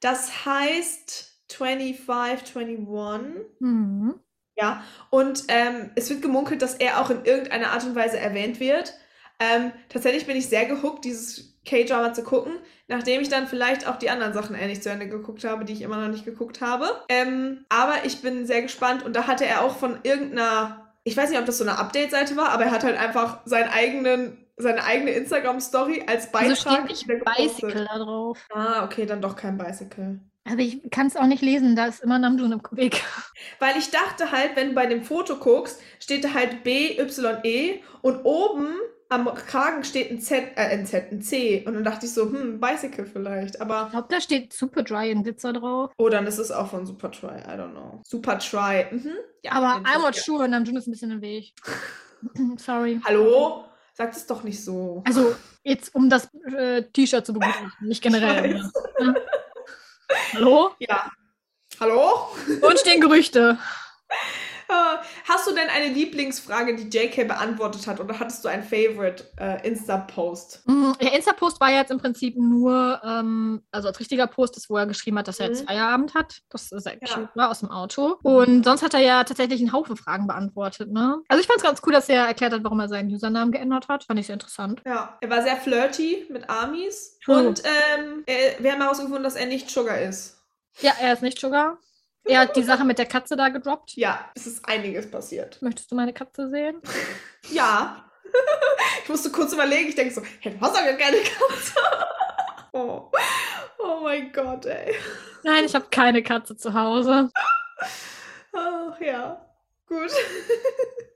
[SPEAKER 1] Das heißt 25, 21.
[SPEAKER 2] Mhm.
[SPEAKER 1] Ja, und ähm, es wird gemunkelt, dass er auch in irgendeiner Art und Weise erwähnt wird. Ähm, tatsächlich bin ich sehr gehuckt, dieses K-Drama zu gucken, nachdem ich dann vielleicht auch die anderen Sachen ähnlich zu Ende geguckt habe, die ich immer noch nicht geguckt habe. Ähm, aber ich bin sehr gespannt und da hatte er auch von irgendeiner, ich weiß nicht, ob das so eine Update-Seite war, aber er hat halt einfach seinen eigenen, seine eigene Instagram-Story als
[SPEAKER 2] Also
[SPEAKER 1] Beitrag
[SPEAKER 2] steht nicht
[SPEAKER 1] wieder gepostet.
[SPEAKER 2] Bicycle da drauf.
[SPEAKER 1] Ah, okay, dann doch kein Bicycle.
[SPEAKER 2] Aber Also ich kann es auch nicht lesen, da ist immer Namjoon im Weg.
[SPEAKER 1] Weil ich dachte halt, wenn du bei dem Foto guckst, steht da halt B, Y, E und oben am Kragen steht ein Z, äh, ein Z, ein C. Und dann dachte ich so, hm, Bicycle vielleicht.
[SPEAKER 2] Ich
[SPEAKER 1] Aber,
[SPEAKER 2] glaube, da steht Superdry in Glitzer drauf.
[SPEAKER 1] oh, dann ist es auch von Super Try, I don't know. Super Try, mhm. Ja,
[SPEAKER 2] Aber
[SPEAKER 1] den-
[SPEAKER 2] I'm not sure, Namjoon ist ein bisschen im Weg. Sorry.
[SPEAKER 1] Hallo? Sag das doch nicht so.
[SPEAKER 2] Also, jetzt um das äh, T-Shirt zu begutachten, nicht generell. Ja. Hallo?
[SPEAKER 1] Ja. Hallo?
[SPEAKER 2] Und stehen Gerüchte.
[SPEAKER 1] Äh, Hast du denn eine Lieblingsfrage, die JK beantwortet hat? Oder hattest du einen Favorite äh, Insta-Post?
[SPEAKER 2] Mm, Der Insta-Post war jetzt im Prinzip nur, ähm, also als richtiger Post ist, wo er geschrieben hat, dass er
[SPEAKER 1] Mhm.
[SPEAKER 2] jetzt Feierabend hat. Das ist sehr
[SPEAKER 1] Ja.
[SPEAKER 2] cute, ne, aus dem Auto. Und sonst hat er ja tatsächlich einen Haufen Fragen beantwortet, ne? Also ich fand es ganz cool, dass er erklärt hat, warum er seinen Usernamen geändert hat. Fand ich sehr interessant.
[SPEAKER 1] Ja, er war sehr flirty mit Amis.
[SPEAKER 2] True.
[SPEAKER 1] Und ähm, er, wir haben herausgefunden, dass er nicht Sugar ist.
[SPEAKER 2] Ja, er ist nicht Sugar. Er hat die Sache mit der Katze da gedroppt.
[SPEAKER 1] Ja, es ist einiges passiert.
[SPEAKER 2] Möchtest du meine Katze sehen?
[SPEAKER 1] Ja, Ich musste kurz überlegen, ich denke so, hey, du hast doch gar keine Katze. Oh, oh mein Gott, ey.
[SPEAKER 2] Nein, ich habe keine Katze zu Hause.
[SPEAKER 1] Ach ja, gut.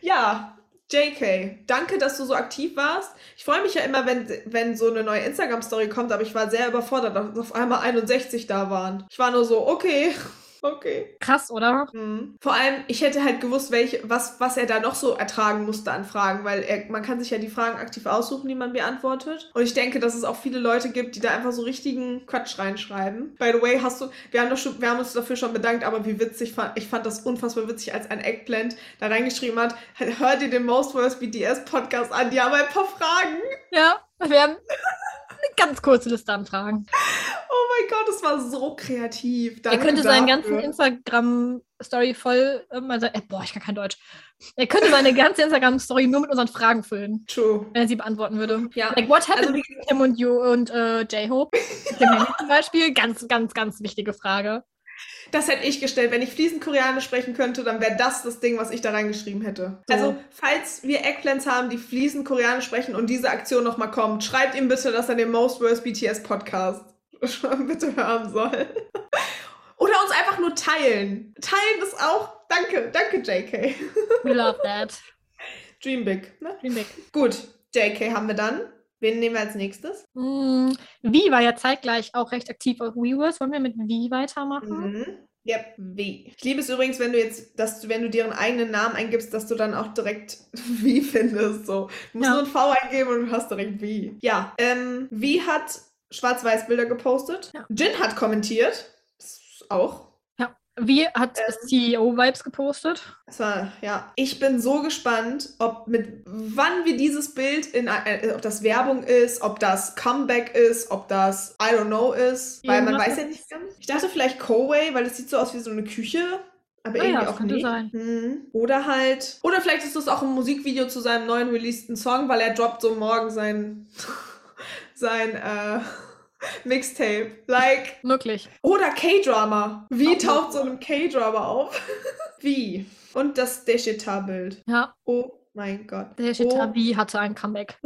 [SPEAKER 1] Ja, JK, danke, dass du so aktiv warst. Ich freue mich ja immer, wenn, wenn so eine neue Instagram-Story kommt, aber ich war sehr überfordert, dass auf einmal 61 da waren. Ich war nur so, okay, okay.
[SPEAKER 2] Krass, oder?
[SPEAKER 1] Mhm. Vor allem, ich hätte halt gewusst, welche, was, was er da noch so ertragen musste an Fragen, weil er, man kann sich ja die Fragen aktiv aussuchen, die man beantwortet. Und ich denke, dass es auch viele Leute gibt, die da einfach so richtigen Quatsch reinschreiben. By the way, hast du, wir haben, doch schon, wir haben uns dafür schon bedankt, aber wie witzig, fand, ich fand das unfassbar witzig, als ein Eggplant da reingeschrieben hat, hör dir den Most Worst BDS Podcast an, die haben ein paar Fragen.
[SPEAKER 2] Ja, wir haben eine ganz kurze Liste an Fragen.
[SPEAKER 1] Oh mein Gott, das war so kreativ.
[SPEAKER 2] Er
[SPEAKER 1] Danke
[SPEAKER 2] könnte seinen
[SPEAKER 1] dafür.
[SPEAKER 2] ganzen Instagram-Story voll, ähm, also, äh, boah, ich kann kein Deutsch. Er könnte seine ganze Instagram-Story nur mit unseren Fragen füllen,
[SPEAKER 1] True.
[SPEAKER 2] wenn er sie beantworten würde.
[SPEAKER 1] Ja.
[SPEAKER 2] Like, what happened
[SPEAKER 1] Also, wie
[SPEAKER 2] between him und you und äh, J-Hope? Mit dem Handy zum Beispiel, ganz, ganz, ganz wichtige Frage.
[SPEAKER 1] Das hätte ich gestellt. Wenn ich fließend Koreanisch sprechen könnte, dann wäre das das Ding, was ich da reingeschrieben hätte.
[SPEAKER 2] So.
[SPEAKER 1] Also, falls wir Eggplants haben, die fließend Koreanisch sprechen und diese Aktion nochmal kommt, schreibt ihm bitte, dass er den Most Worst BTS Podcast bitte hören soll. Oder uns einfach nur teilen. Teilen ist auch. Danke, danke, JK.
[SPEAKER 2] We love that.
[SPEAKER 1] Dream big. Ne?
[SPEAKER 2] Green Bay.
[SPEAKER 1] Gut, JK haben wir dann. Wen nehmen wir als nächstes?
[SPEAKER 2] Mm, Wie war ja zeitgleich auch recht aktiv auf WeWorks. Wollen wir mit Wie weitermachen?
[SPEAKER 1] Mhm. Yep,
[SPEAKER 2] Hm.
[SPEAKER 1] wie. Ich liebe es übrigens, wenn du jetzt, dass du, wenn du deren eigenen Namen eingibst, dass du dann auch direkt wie findest. So. Du musst
[SPEAKER 2] Ja.
[SPEAKER 1] nur ein V eingeben und du hast direkt wie. Ja, ähm, wie hat Schwarz-Weiß-Bilder gepostet?
[SPEAKER 2] Ja.
[SPEAKER 1] Jin hat kommentiert. Das ist Auch.
[SPEAKER 2] Wie hat
[SPEAKER 1] Ähm,
[SPEAKER 2] CEO-Vibes gepostet?
[SPEAKER 1] Das war, ja. Ich bin so gespannt, ob mit wann wir dieses Bild in äh, ob das Werbung ist, ob das Comeback ist, ob das I don't know ist, weil man
[SPEAKER 2] Irgendwas
[SPEAKER 1] weiß ja nicht ganz. Ich dachte vielleicht Coway, weil es sieht so aus wie so eine Küche. Aber
[SPEAKER 2] Ah ja,
[SPEAKER 1] irgendwie
[SPEAKER 2] das
[SPEAKER 1] auch
[SPEAKER 2] könnte
[SPEAKER 1] nicht.
[SPEAKER 2] sein.
[SPEAKER 1] Hm. Oder halt. Oder vielleicht ist das auch ein Musikvideo zu seinem neuen releaseden Song, weil er droppt so morgen sein. sein, äh, Mixtape. Like.
[SPEAKER 2] Möglich.
[SPEAKER 1] Oder K-Drama. Wie
[SPEAKER 2] Auch
[SPEAKER 1] taucht so ein K-Drama auf? Wie? Und das Deshita-Bild.
[SPEAKER 2] Ja,
[SPEAKER 1] Oh mein Gott.
[SPEAKER 2] der
[SPEAKER 1] oh.
[SPEAKER 2] Shita Wie hatte ein Comeback.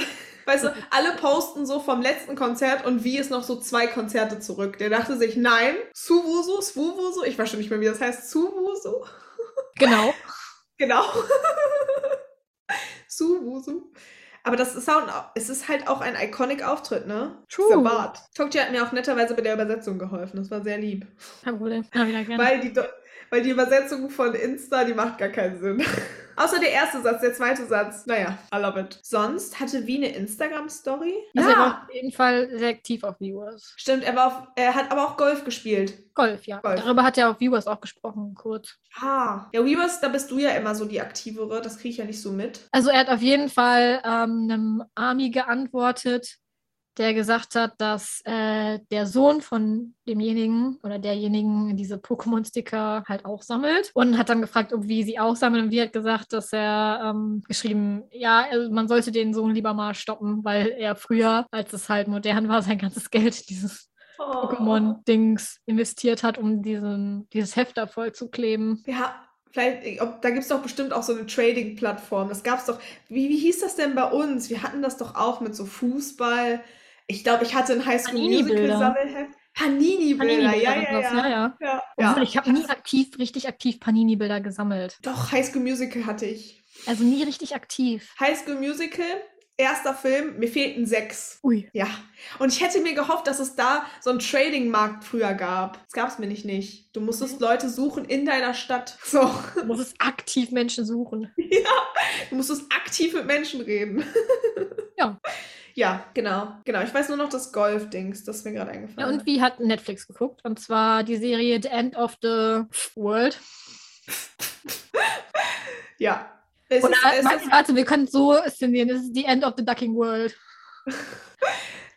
[SPEAKER 1] Weißt du, alle posten so vom letzten Konzert und wie ist noch so zwei Konzerte zurück. Der dachte sich, nein, Suwusu, Swuwusu, ich weiß schon nicht mehr, wie das heißt, Suwusu.
[SPEAKER 2] Genau.
[SPEAKER 1] Genau. Suwusu. Aber das ist, auch, es ist halt auch ein iconic Auftritt, ne?
[SPEAKER 2] True.
[SPEAKER 1] Dieser Bart. Tokti hat mir auch netterweise bei der Übersetzung geholfen. Das war sehr lieb.
[SPEAKER 2] Kein Problem. Na, wieder gerne.
[SPEAKER 1] Weil die, Do- weil die Übersetzung von Insta, die macht gar keinen Sinn. Außer der erste Satz, der zweite Satz. Naja, I love it. Sonst hatte wie eine Instagram-Story?
[SPEAKER 2] Also
[SPEAKER 1] ja,
[SPEAKER 2] er war auf jeden Fall sehr aktiv auf Viewers.
[SPEAKER 1] stimmt. Er, war auf, er hat aber auch Golf gespielt.
[SPEAKER 2] Golf, ja.
[SPEAKER 1] Golf.
[SPEAKER 2] Darüber hat er auf Viewers auch gesprochen, kurz.
[SPEAKER 1] Ah. Ja, Weavers, da bist du ja immer so die Aktivere. Das kriege ich ja nicht so mit.
[SPEAKER 2] Also er hat auf jeden Fall ähm, einem Army geantwortet, der gesagt hat, dass äh, der Sohn von demjenigen oder derjenigen diese Pokémon-Sticker halt auch sammelt und hat dann gefragt, ob wie sie auch sammeln und wie hat gesagt, dass er ähm, geschrieben, ja, also man sollte den Sohn lieber mal stoppen, weil er früher, als es halt modern war, sein ganzes Geld in dieses
[SPEAKER 1] Oh,
[SPEAKER 2] Pokémon-Dings investiert hat, um diesen, dieses Heft da voll zu kleben.
[SPEAKER 1] Ja, vielleicht, ob, da gibt es doch bestimmt auch so eine Trading-Plattform. Das gab es doch. Wie, wie hieß das denn bei uns? Wir hatten das doch auch mit so Fußball. Ich glaube, ich hatte ein
[SPEAKER 2] Panini-Bilder.
[SPEAKER 1] Highschool-Musical-Sammelheft. Panini-Bilder, ne?
[SPEAKER 2] Panini-Bilder
[SPEAKER 1] ja,
[SPEAKER 2] und
[SPEAKER 1] ja,
[SPEAKER 2] sowas,
[SPEAKER 1] ja.
[SPEAKER 2] ja.
[SPEAKER 1] ja.
[SPEAKER 2] Obwohl, ich habe nie aktiv, richtig aktiv Panini-Bilder gesammelt.
[SPEAKER 1] Doch, High School Musical hatte ich.
[SPEAKER 2] Also nie richtig aktiv.
[SPEAKER 1] High School Musical, erster Film, mir fehlten sechs.
[SPEAKER 2] Ui.
[SPEAKER 1] Ja. Und ich hätte mir gehofft, dass es da so einen Trading-Markt früher gab. Das gab es mir nicht, nicht. Du
[SPEAKER 2] Mhm.
[SPEAKER 1] musstest Leute suchen in deiner Stadt. So.
[SPEAKER 2] Du musst es aktiv Menschen suchen.
[SPEAKER 1] Du musstest aktiv mit Menschen reden.
[SPEAKER 2] Ja.
[SPEAKER 1] Ja, genau. Genau. Ich weiß nur noch das Golf-Dings, das ist mir gerade
[SPEAKER 2] Ja,
[SPEAKER 1] eingefallen.
[SPEAKER 2] und wie hat Netflix geguckt? Und zwar die Serie The End of the World.
[SPEAKER 1] Ja. Es
[SPEAKER 2] Oder,
[SPEAKER 1] ist, es
[SPEAKER 2] warte,
[SPEAKER 1] ist,
[SPEAKER 2] warte, wir können es so inszenieren. Es ist The End of the Ducking World.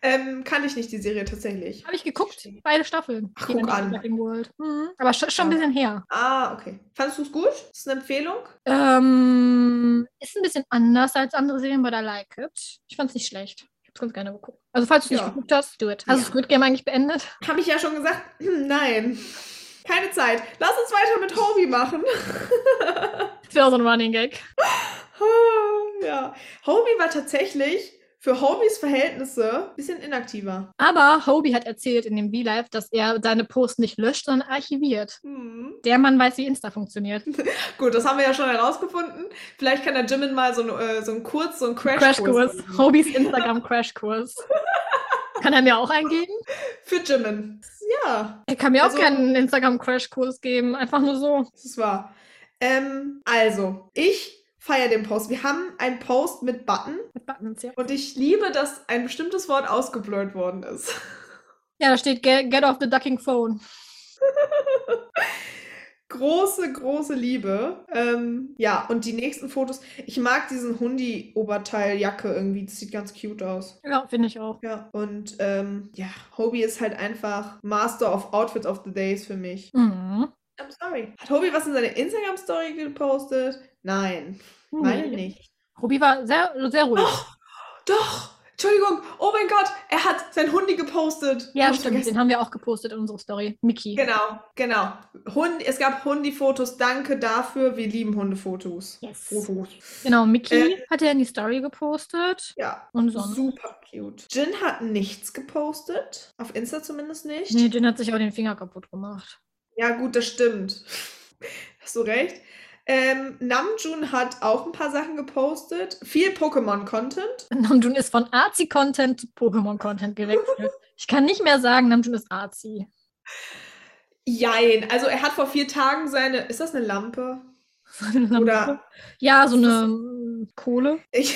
[SPEAKER 1] ähm, kann ich nicht die Serie tatsächlich.
[SPEAKER 2] Habe ich geguckt. Beide Staffeln.
[SPEAKER 1] Ach,
[SPEAKER 2] The
[SPEAKER 1] guck
[SPEAKER 2] End of the
[SPEAKER 1] an.
[SPEAKER 2] Ducking World. Mhm. Aber schon, schon ein bisschen her.
[SPEAKER 1] Ah, okay. Fandest du es gut? Ist es eine Empfehlung?
[SPEAKER 2] Ähm, ist ein bisschen anders als andere Serien, but I like it. Ich fand es nicht schlecht. Ich habe es ganz gerne geguckt. Also falls du es
[SPEAKER 1] Ja.
[SPEAKER 2] nicht geguckt hast, do it. Hast
[SPEAKER 1] Ja.
[SPEAKER 2] du Squid Game eigentlich beendet?
[SPEAKER 1] Habe ich ja schon gesagt, nein. Keine Zeit. Lass uns weiter mit Hobie machen.
[SPEAKER 2] Das wäre so ein Running Gag.
[SPEAKER 1] ja. Homie war tatsächlich für Homies Verhältnisse ein bisschen inaktiver.
[SPEAKER 2] Aber Hobie hat erzählt in dem V-Live, dass er seine Posts nicht löscht, sondern archiviert.
[SPEAKER 1] Hm.
[SPEAKER 2] Der Mann weiß, wie Insta funktioniert.
[SPEAKER 1] Gut, das haben wir ja schon herausgefunden. Vielleicht kann der Jimin mal so, ein, äh, so einen Kurz, so einen Crash-Kurs.
[SPEAKER 2] Crashkurs. Hobies Instagram-Crashkurs. Kann er mir auch eingeben?
[SPEAKER 1] Für Jimin. Ja,
[SPEAKER 2] Er kann mir
[SPEAKER 1] Also-
[SPEAKER 2] auch keinen Instagram-Crashkurs geben. Einfach nur so.
[SPEAKER 1] das ist wahr. Ähm, also, ich feiere den Post. Wir haben einen Post mit Button
[SPEAKER 2] Mit Buttons, ja.
[SPEAKER 1] und ich liebe, dass ein bestimmtes Wort ausgeblurrt worden ist.
[SPEAKER 2] ja, da steht get, get off the ducking phone.
[SPEAKER 1] Große, große Liebe. Ähm, ja, und die nächsten Fotos. Ich mag diesen Hundi-Oberteil-Jacke irgendwie. Das sieht ganz cute aus.
[SPEAKER 2] Ja, finde ich auch.
[SPEAKER 1] Ja, und ähm, ja, Hobie ist halt einfach Master of Outfits of the Days für mich.
[SPEAKER 2] Mhm.
[SPEAKER 1] I'm sorry. Hat Hobie was in seine Instagram-Story gepostet? Nein, meine nicht.
[SPEAKER 2] Robi war sehr, sehr ruhig.
[SPEAKER 1] Doch! Entschuldigung, oh mein Gott, er hat sein Hundi gepostet.
[SPEAKER 2] ja,
[SPEAKER 1] Hab ich
[SPEAKER 2] stimmt.
[SPEAKER 1] vergessen.
[SPEAKER 2] Den haben wir auch gepostet in unsere Story. Miki.
[SPEAKER 1] Genau, genau. Hund, es gab Hundi-Fotos. Danke dafür. Wir lieben Hundefotos.
[SPEAKER 2] Yes.
[SPEAKER 1] Fotos.
[SPEAKER 2] Genau, Miki
[SPEAKER 1] Äh.
[SPEAKER 2] hat er in die Story gepostet.
[SPEAKER 1] Ja,
[SPEAKER 2] Und sonst.
[SPEAKER 1] super cute. Jin hat nichts gepostet. Auf Insta zumindest nicht.
[SPEAKER 2] Nee, den hat sich auch den Finger kaputt gemacht.
[SPEAKER 1] Ja, gut, das stimmt. Hast du recht. Ähm, Namjoon hat auch ein paar Sachen gepostet. Viel Pokémon-Content.
[SPEAKER 2] Namjoon ist von Arzi-Content zu Pokémon-Content gewechselt. ich kann nicht mehr sagen, Namjoon ist Arzi.
[SPEAKER 1] Jein. Also er hat vor vier Tagen seine. Ist das eine Lampe?
[SPEAKER 2] So eine Lampe.
[SPEAKER 1] Oder-
[SPEAKER 2] ja, so eine mm, Kohle.
[SPEAKER 1] Ich.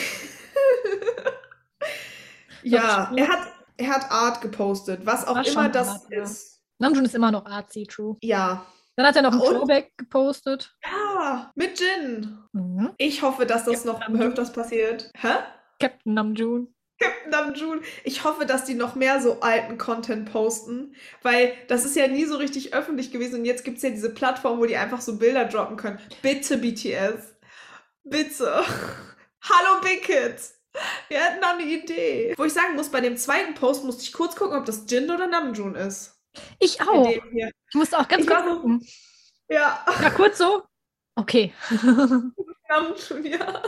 [SPEAKER 1] ja, er hat, er hat Art gepostet, was auch
[SPEAKER 2] War schon
[SPEAKER 1] immer das
[SPEAKER 2] Art, ja.
[SPEAKER 1] ist.
[SPEAKER 2] Namjoon ist immer noch Arzi, true.
[SPEAKER 1] Ja.
[SPEAKER 2] Dann hat er noch ein
[SPEAKER 1] Und?
[SPEAKER 2] Throwback gepostet.
[SPEAKER 1] Ja, mit Jin.
[SPEAKER 2] Mhm.
[SPEAKER 1] Ich hoffe, dass das noch
[SPEAKER 2] Namjoon.
[SPEAKER 1] öfters passiert. Hä?
[SPEAKER 2] Captain Namjoon.
[SPEAKER 1] Captain Namjoon. Ich hoffe, dass die noch mehr so alten Content posten, weil das ist ja nie so richtig öffentlich gewesen und jetzt gibt es ja diese Plattform, wo die einfach so Bilder droppen können. Bitte BTS. Bitte. Hallo Big Kids. Wir hatten noch eine Idee. Wo ich sagen muss, bei dem zweiten Post musste ich kurz gucken, ob das Jin oder Namjoon ist.
[SPEAKER 2] Ich
[SPEAKER 1] In
[SPEAKER 2] auch.
[SPEAKER 1] dem hier.
[SPEAKER 2] Ich musste auch ganz
[SPEAKER 1] Ich
[SPEAKER 2] kurz
[SPEAKER 1] war so-
[SPEAKER 2] gucken.
[SPEAKER 1] Ja,
[SPEAKER 2] Ja, kurz so. Okay.
[SPEAKER 1] Namjoon, ja.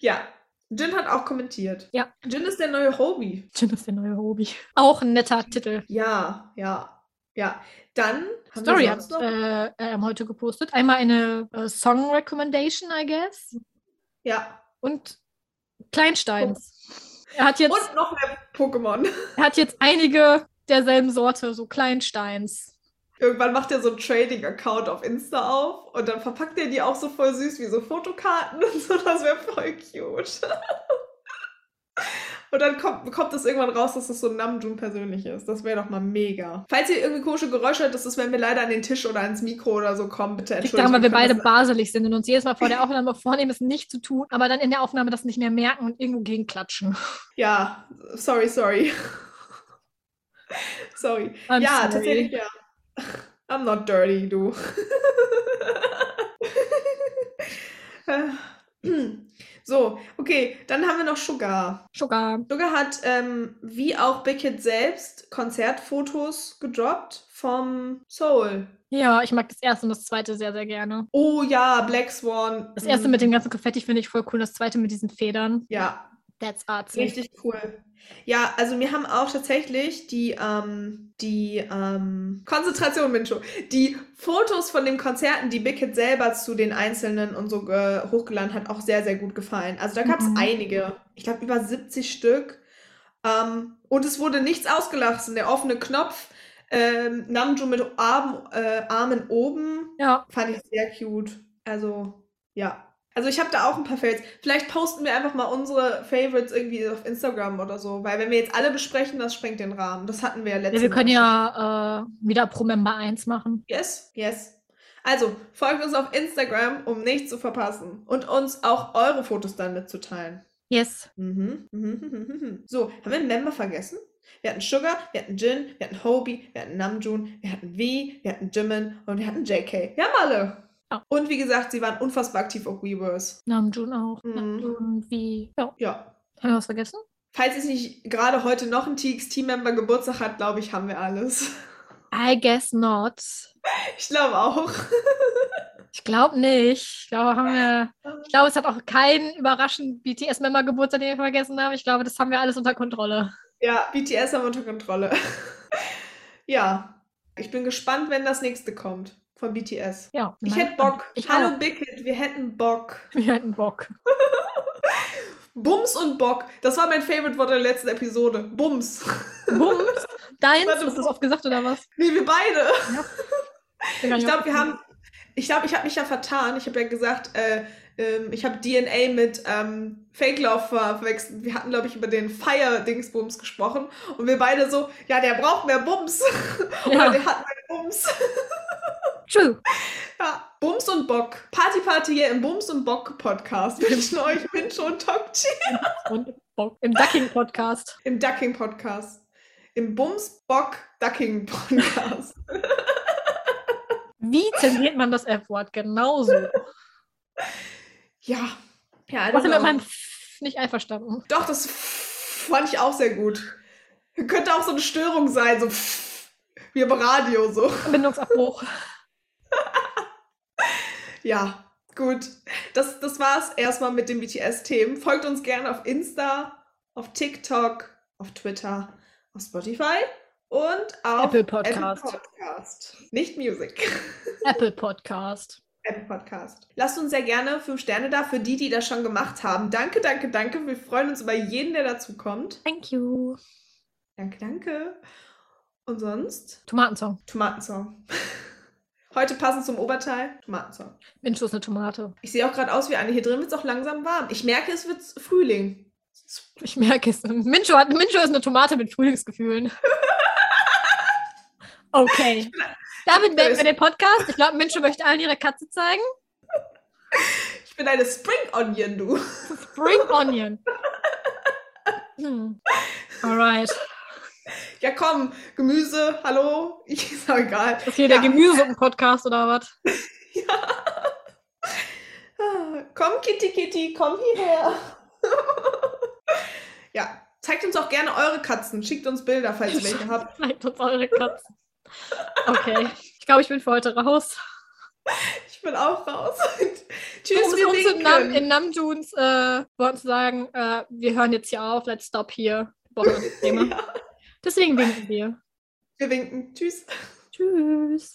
[SPEAKER 1] Ja, Jin hat auch kommentiert.
[SPEAKER 2] Ja.
[SPEAKER 1] Jin ist der neue Hobie.
[SPEAKER 2] Jin ist der neue Hobby. Auch ein netter Titel.
[SPEAKER 1] Ja, ja, ja. Dann haben
[SPEAKER 2] Story
[SPEAKER 1] wir
[SPEAKER 2] hat
[SPEAKER 1] sonst noch.
[SPEAKER 2] äh, ähm, heute gepostet. Einmal eine äh, Song Recommendation, I guess.
[SPEAKER 1] Ja.
[SPEAKER 2] Und Kleinsteins. Er hat jetzt,
[SPEAKER 1] Oh. Und noch mehr Pokémon.
[SPEAKER 2] er hat jetzt einige derselben Sorte, so Kleinsteins.
[SPEAKER 1] Irgendwann macht er so einen Trading-Account auf Insta auf und dann verpackt er die auch so voll süß wie so Fotokarten und so. Das wäre voll cute. Und dann kommt, kommt das irgendwann raus, dass das so ein Namjoon persönlich ist. Das wäre doch mal mega. Falls ihr irgendwie komische Geräusche hört, das ist, wenn wir leider an den Tisch oder ans Mikro oder so kommen, bitte
[SPEAKER 2] Liegt
[SPEAKER 1] entschuldigt.
[SPEAKER 2] daran, weil wir
[SPEAKER 1] können
[SPEAKER 2] beide
[SPEAKER 1] das-
[SPEAKER 2] baselig sind und uns jedes Mal vor der Aufnahme vornehmen, es nicht zu tun, aber dann in der Aufnahme das nicht mehr merken und irgendwo gegenklatschen.
[SPEAKER 1] Ja, sorry, sorry. sorry.
[SPEAKER 2] I'm
[SPEAKER 1] ja,
[SPEAKER 2] sorry.
[SPEAKER 1] tatsächlich, ja. I'm not dirty, du. so, okay, dann haben wir noch Sugar.
[SPEAKER 2] Sugar.
[SPEAKER 1] Sugar hat, ähm, wie auch Big Hit selbst, Konzertfotos gedroppt vom Soul.
[SPEAKER 2] Ja, ich mag das erste und das zweite sehr, sehr gerne.
[SPEAKER 1] Oh ja, Black Swan.
[SPEAKER 2] Das erste
[SPEAKER 1] mm,
[SPEAKER 2] mit dem ganzen Konfetti finde ich voll cool, das zweite mit diesen Federn.
[SPEAKER 1] Ja,
[SPEAKER 2] That's artsy.
[SPEAKER 1] Richtig cool. Ja, also mir haben auch tatsächlich die, ähm, die, ähm, Konzentration, Mincho, die Fotos von den Konzerten, die Big Hit selber zu den einzelnen und so äh, hochgeladen hat, auch sehr, sehr gut gefallen. Also da gab es
[SPEAKER 2] Mhm.
[SPEAKER 1] einige, ich glaube über 70 Stück. Ähm, und es wurde nichts ausgelassen. Der offene Knopf, ähm, Namjoon mit Arm, äh, Armen oben,
[SPEAKER 2] Ja,
[SPEAKER 1] Fand ich sehr cute. Also, ja. Also ich habe da auch ein paar Favorites. Vielleicht posten wir einfach mal unsere Favorites irgendwie auf Instagram oder so, weil wenn wir jetzt alle besprechen, das sprengt den Rahmen. Das hatten wir ja letztes
[SPEAKER 2] Ja, wir können ja äh, wieder pro Member 1 machen.
[SPEAKER 1] Yes, yes. Also, folgt uns auf Instagram, um nichts zu verpassen und uns auch eure Fotos dann mitzuteilen.
[SPEAKER 2] Yes.
[SPEAKER 1] Mhm. Mhm. mhm, mhm, mhm. So, haben wir einen Member vergessen? Wir hatten Sugar, wir hatten Jin, wir hatten Hobie, wir hatten Namjoon, wir hatten V, wir hatten Jimin und wir hatten JK. Wir haben alle.
[SPEAKER 2] Ja.
[SPEAKER 1] Und wie gesagt, sie waren unfassbar aktiv auf Weverse.
[SPEAKER 2] Namjoon auch.
[SPEAKER 1] Mhm.
[SPEAKER 2] Namjoon wie. Ja.
[SPEAKER 1] Ja.
[SPEAKER 2] Haben wir was vergessen?
[SPEAKER 1] Falls es nicht gerade heute noch ein TXT-Member Geburtstag hat, glaube ich, haben wir alles.
[SPEAKER 2] I guess not.
[SPEAKER 1] Ich glaube auch.
[SPEAKER 2] Ich glaube nicht. Ich glaube, haben wir, ich glaube, es hat auch keinen überraschenden BTS-Member Geburtstag, den wir vergessen haben. Ich glaube, das haben wir alles unter Kontrolle.
[SPEAKER 1] Ja, BTS haben wir unter Kontrolle. ja, ich bin gespannt, wenn das nächste kommt von BTS.
[SPEAKER 2] Ja.
[SPEAKER 1] Ich
[SPEAKER 2] nein.
[SPEAKER 1] hätte Bock.
[SPEAKER 2] Ich
[SPEAKER 1] Hallo
[SPEAKER 2] auch.
[SPEAKER 1] Bickett, wir hätten Bock.
[SPEAKER 2] Wir hätten Bock.
[SPEAKER 1] Bums und Bock. Das war mein Favorite Wort der letzten Episode. Bums.
[SPEAKER 2] Bums. Deins,
[SPEAKER 1] Warte,
[SPEAKER 2] hast du das oft gesagt oder was?
[SPEAKER 1] Nee, wir beide.
[SPEAKER 2] Bin gar
[SPEAKER 1] Ich
[SPEAKER 2] nicht
[SPEAKER 1] glaube, wir
[SPEAKER 2] aufgekommen.
[SPEAKER 1] haben. Ich glaube, ich habe mich ja vertan. Ich habe ja gesagt, äh, ähm, ich habe DNA mit ähm, Fake Love ver verwechselt. Wir hatten, glaube ich, über den Fire-Dingsbums gesprochen. Und wir beide so, ja, der braucht mehr Bums. Oder
[SPEAKER 2] Ja.
[SPEAKER 1] der hat mehr Bums.
[SPEAKER 2] True.
[SPEAKER 1] Ja, Bums und Bock. Party Party hier im Bums und Bock Podcast wünschen euch Mincho und Tokchi.
[SPEAKER 2] Und Bock. Im Ducking-Podcast.
[SPEAKER 1] Im Ducking Podcast. Im Bums Bock Ducking Podcast.
[SPEAKER 2] Wie zensiert man das F-Wort? Genauso.
[SPEAKER 1] Ja. Ja, I
[SPEAKER 2] Was
[SPEAKER 1] don't
[SPEAKER 2] ist mit
[SPEAKER 1] know.
[SPEAKER 2] meinem F nicht einverstanden?
[SPEAKER 1] Doch, das fand ich auch sehr gut. Könnte auch so eine Störung sein, so wie im Radio, so.
[SPEAKER 2] Verbindungsabbruch.
[SPEAKER 1] Ja, gut. Das, das war's erstmal mit den BTS-Themen. Folgt uns gerne auf Insta, auf TikTok, auf Twitter, auf Spotify und auf
[SPEAKER 2] Apple Podcast.
[SPEAKER 1] Apple Podcast. Nicht Music.
[SPEAKER 2] Apple Podcast.
[SPEAKER 1] Apple Podcast. Lasst uns sehr gerne fünf Sterne da für die, die das schon gemacht haben. Danke, danke, danke. Wir freuen uns über jeden, der dazu kommt.
[SPEAKER 2] Thank you.
[SPEAKER 1] Danke, danke. Und sonst?
[SPEAKER 2] Tomatensong.
[SPEAKER 1] Tomatensong. Heute passend zum Oberteil, Tomatensong.
[SPEAKER 2] Mensch, das ist eine Tomate.
[SPEAKER 1] Ich sehe auch gerade aus wie eine. Hier drin wird es auch langsam warm. Ich merke, es wird Frühling.
[SPEAKER 2] Ich merke es. Mincho, hat, Mincho ist eine Tomate mit Frühlingsgefühlen. Okay. Damit beenden wir den Podcast. Ich glaube, Mincho möchte allen ihre Katze zeigen.
[SPEAKER 1] Ich bin eine Spring Onion, du.
[SPEAKER 2] Spring Onion. Hm. Alright.
[SPEAKER 1] Ja, komm, Gemüse, hallo. Ich ist auch egal.
[SPEAKER 2] Ist hier der
[SPEAKER 1] Ja.
[SPEAKER 2] Gemüse-Podcast oder was?
[SPEAKER 1] Ah, Komm, Kitty, Kitty, komm hierher. ja, zeigt uns auch gerne eure Katzen. Schickt uns Bilder, falls ihr welche habt.
[SPEAKER 2] Zeigt uns eure Katze. Okay. Ich glaube, ich bin für heute raus.
[SPEAKER 1] Ich bin auch raus. Tschüss,
[SPEAKER 2] Um es
[SPEAKER 1] wir
[SPEAKER 2] uns in, Nam
[SPEAKER 1] winken.
[SPEAKER 2] in Namjoons äh, Worten zu sagen, äh, wir hören jetzt hier auf, let's stop here. Wir brauchen das Thema. Deswegen winken wir.
[SPEAKER 1] Wir winken. Tschüss.
[SPEAKER 2] Tschüss.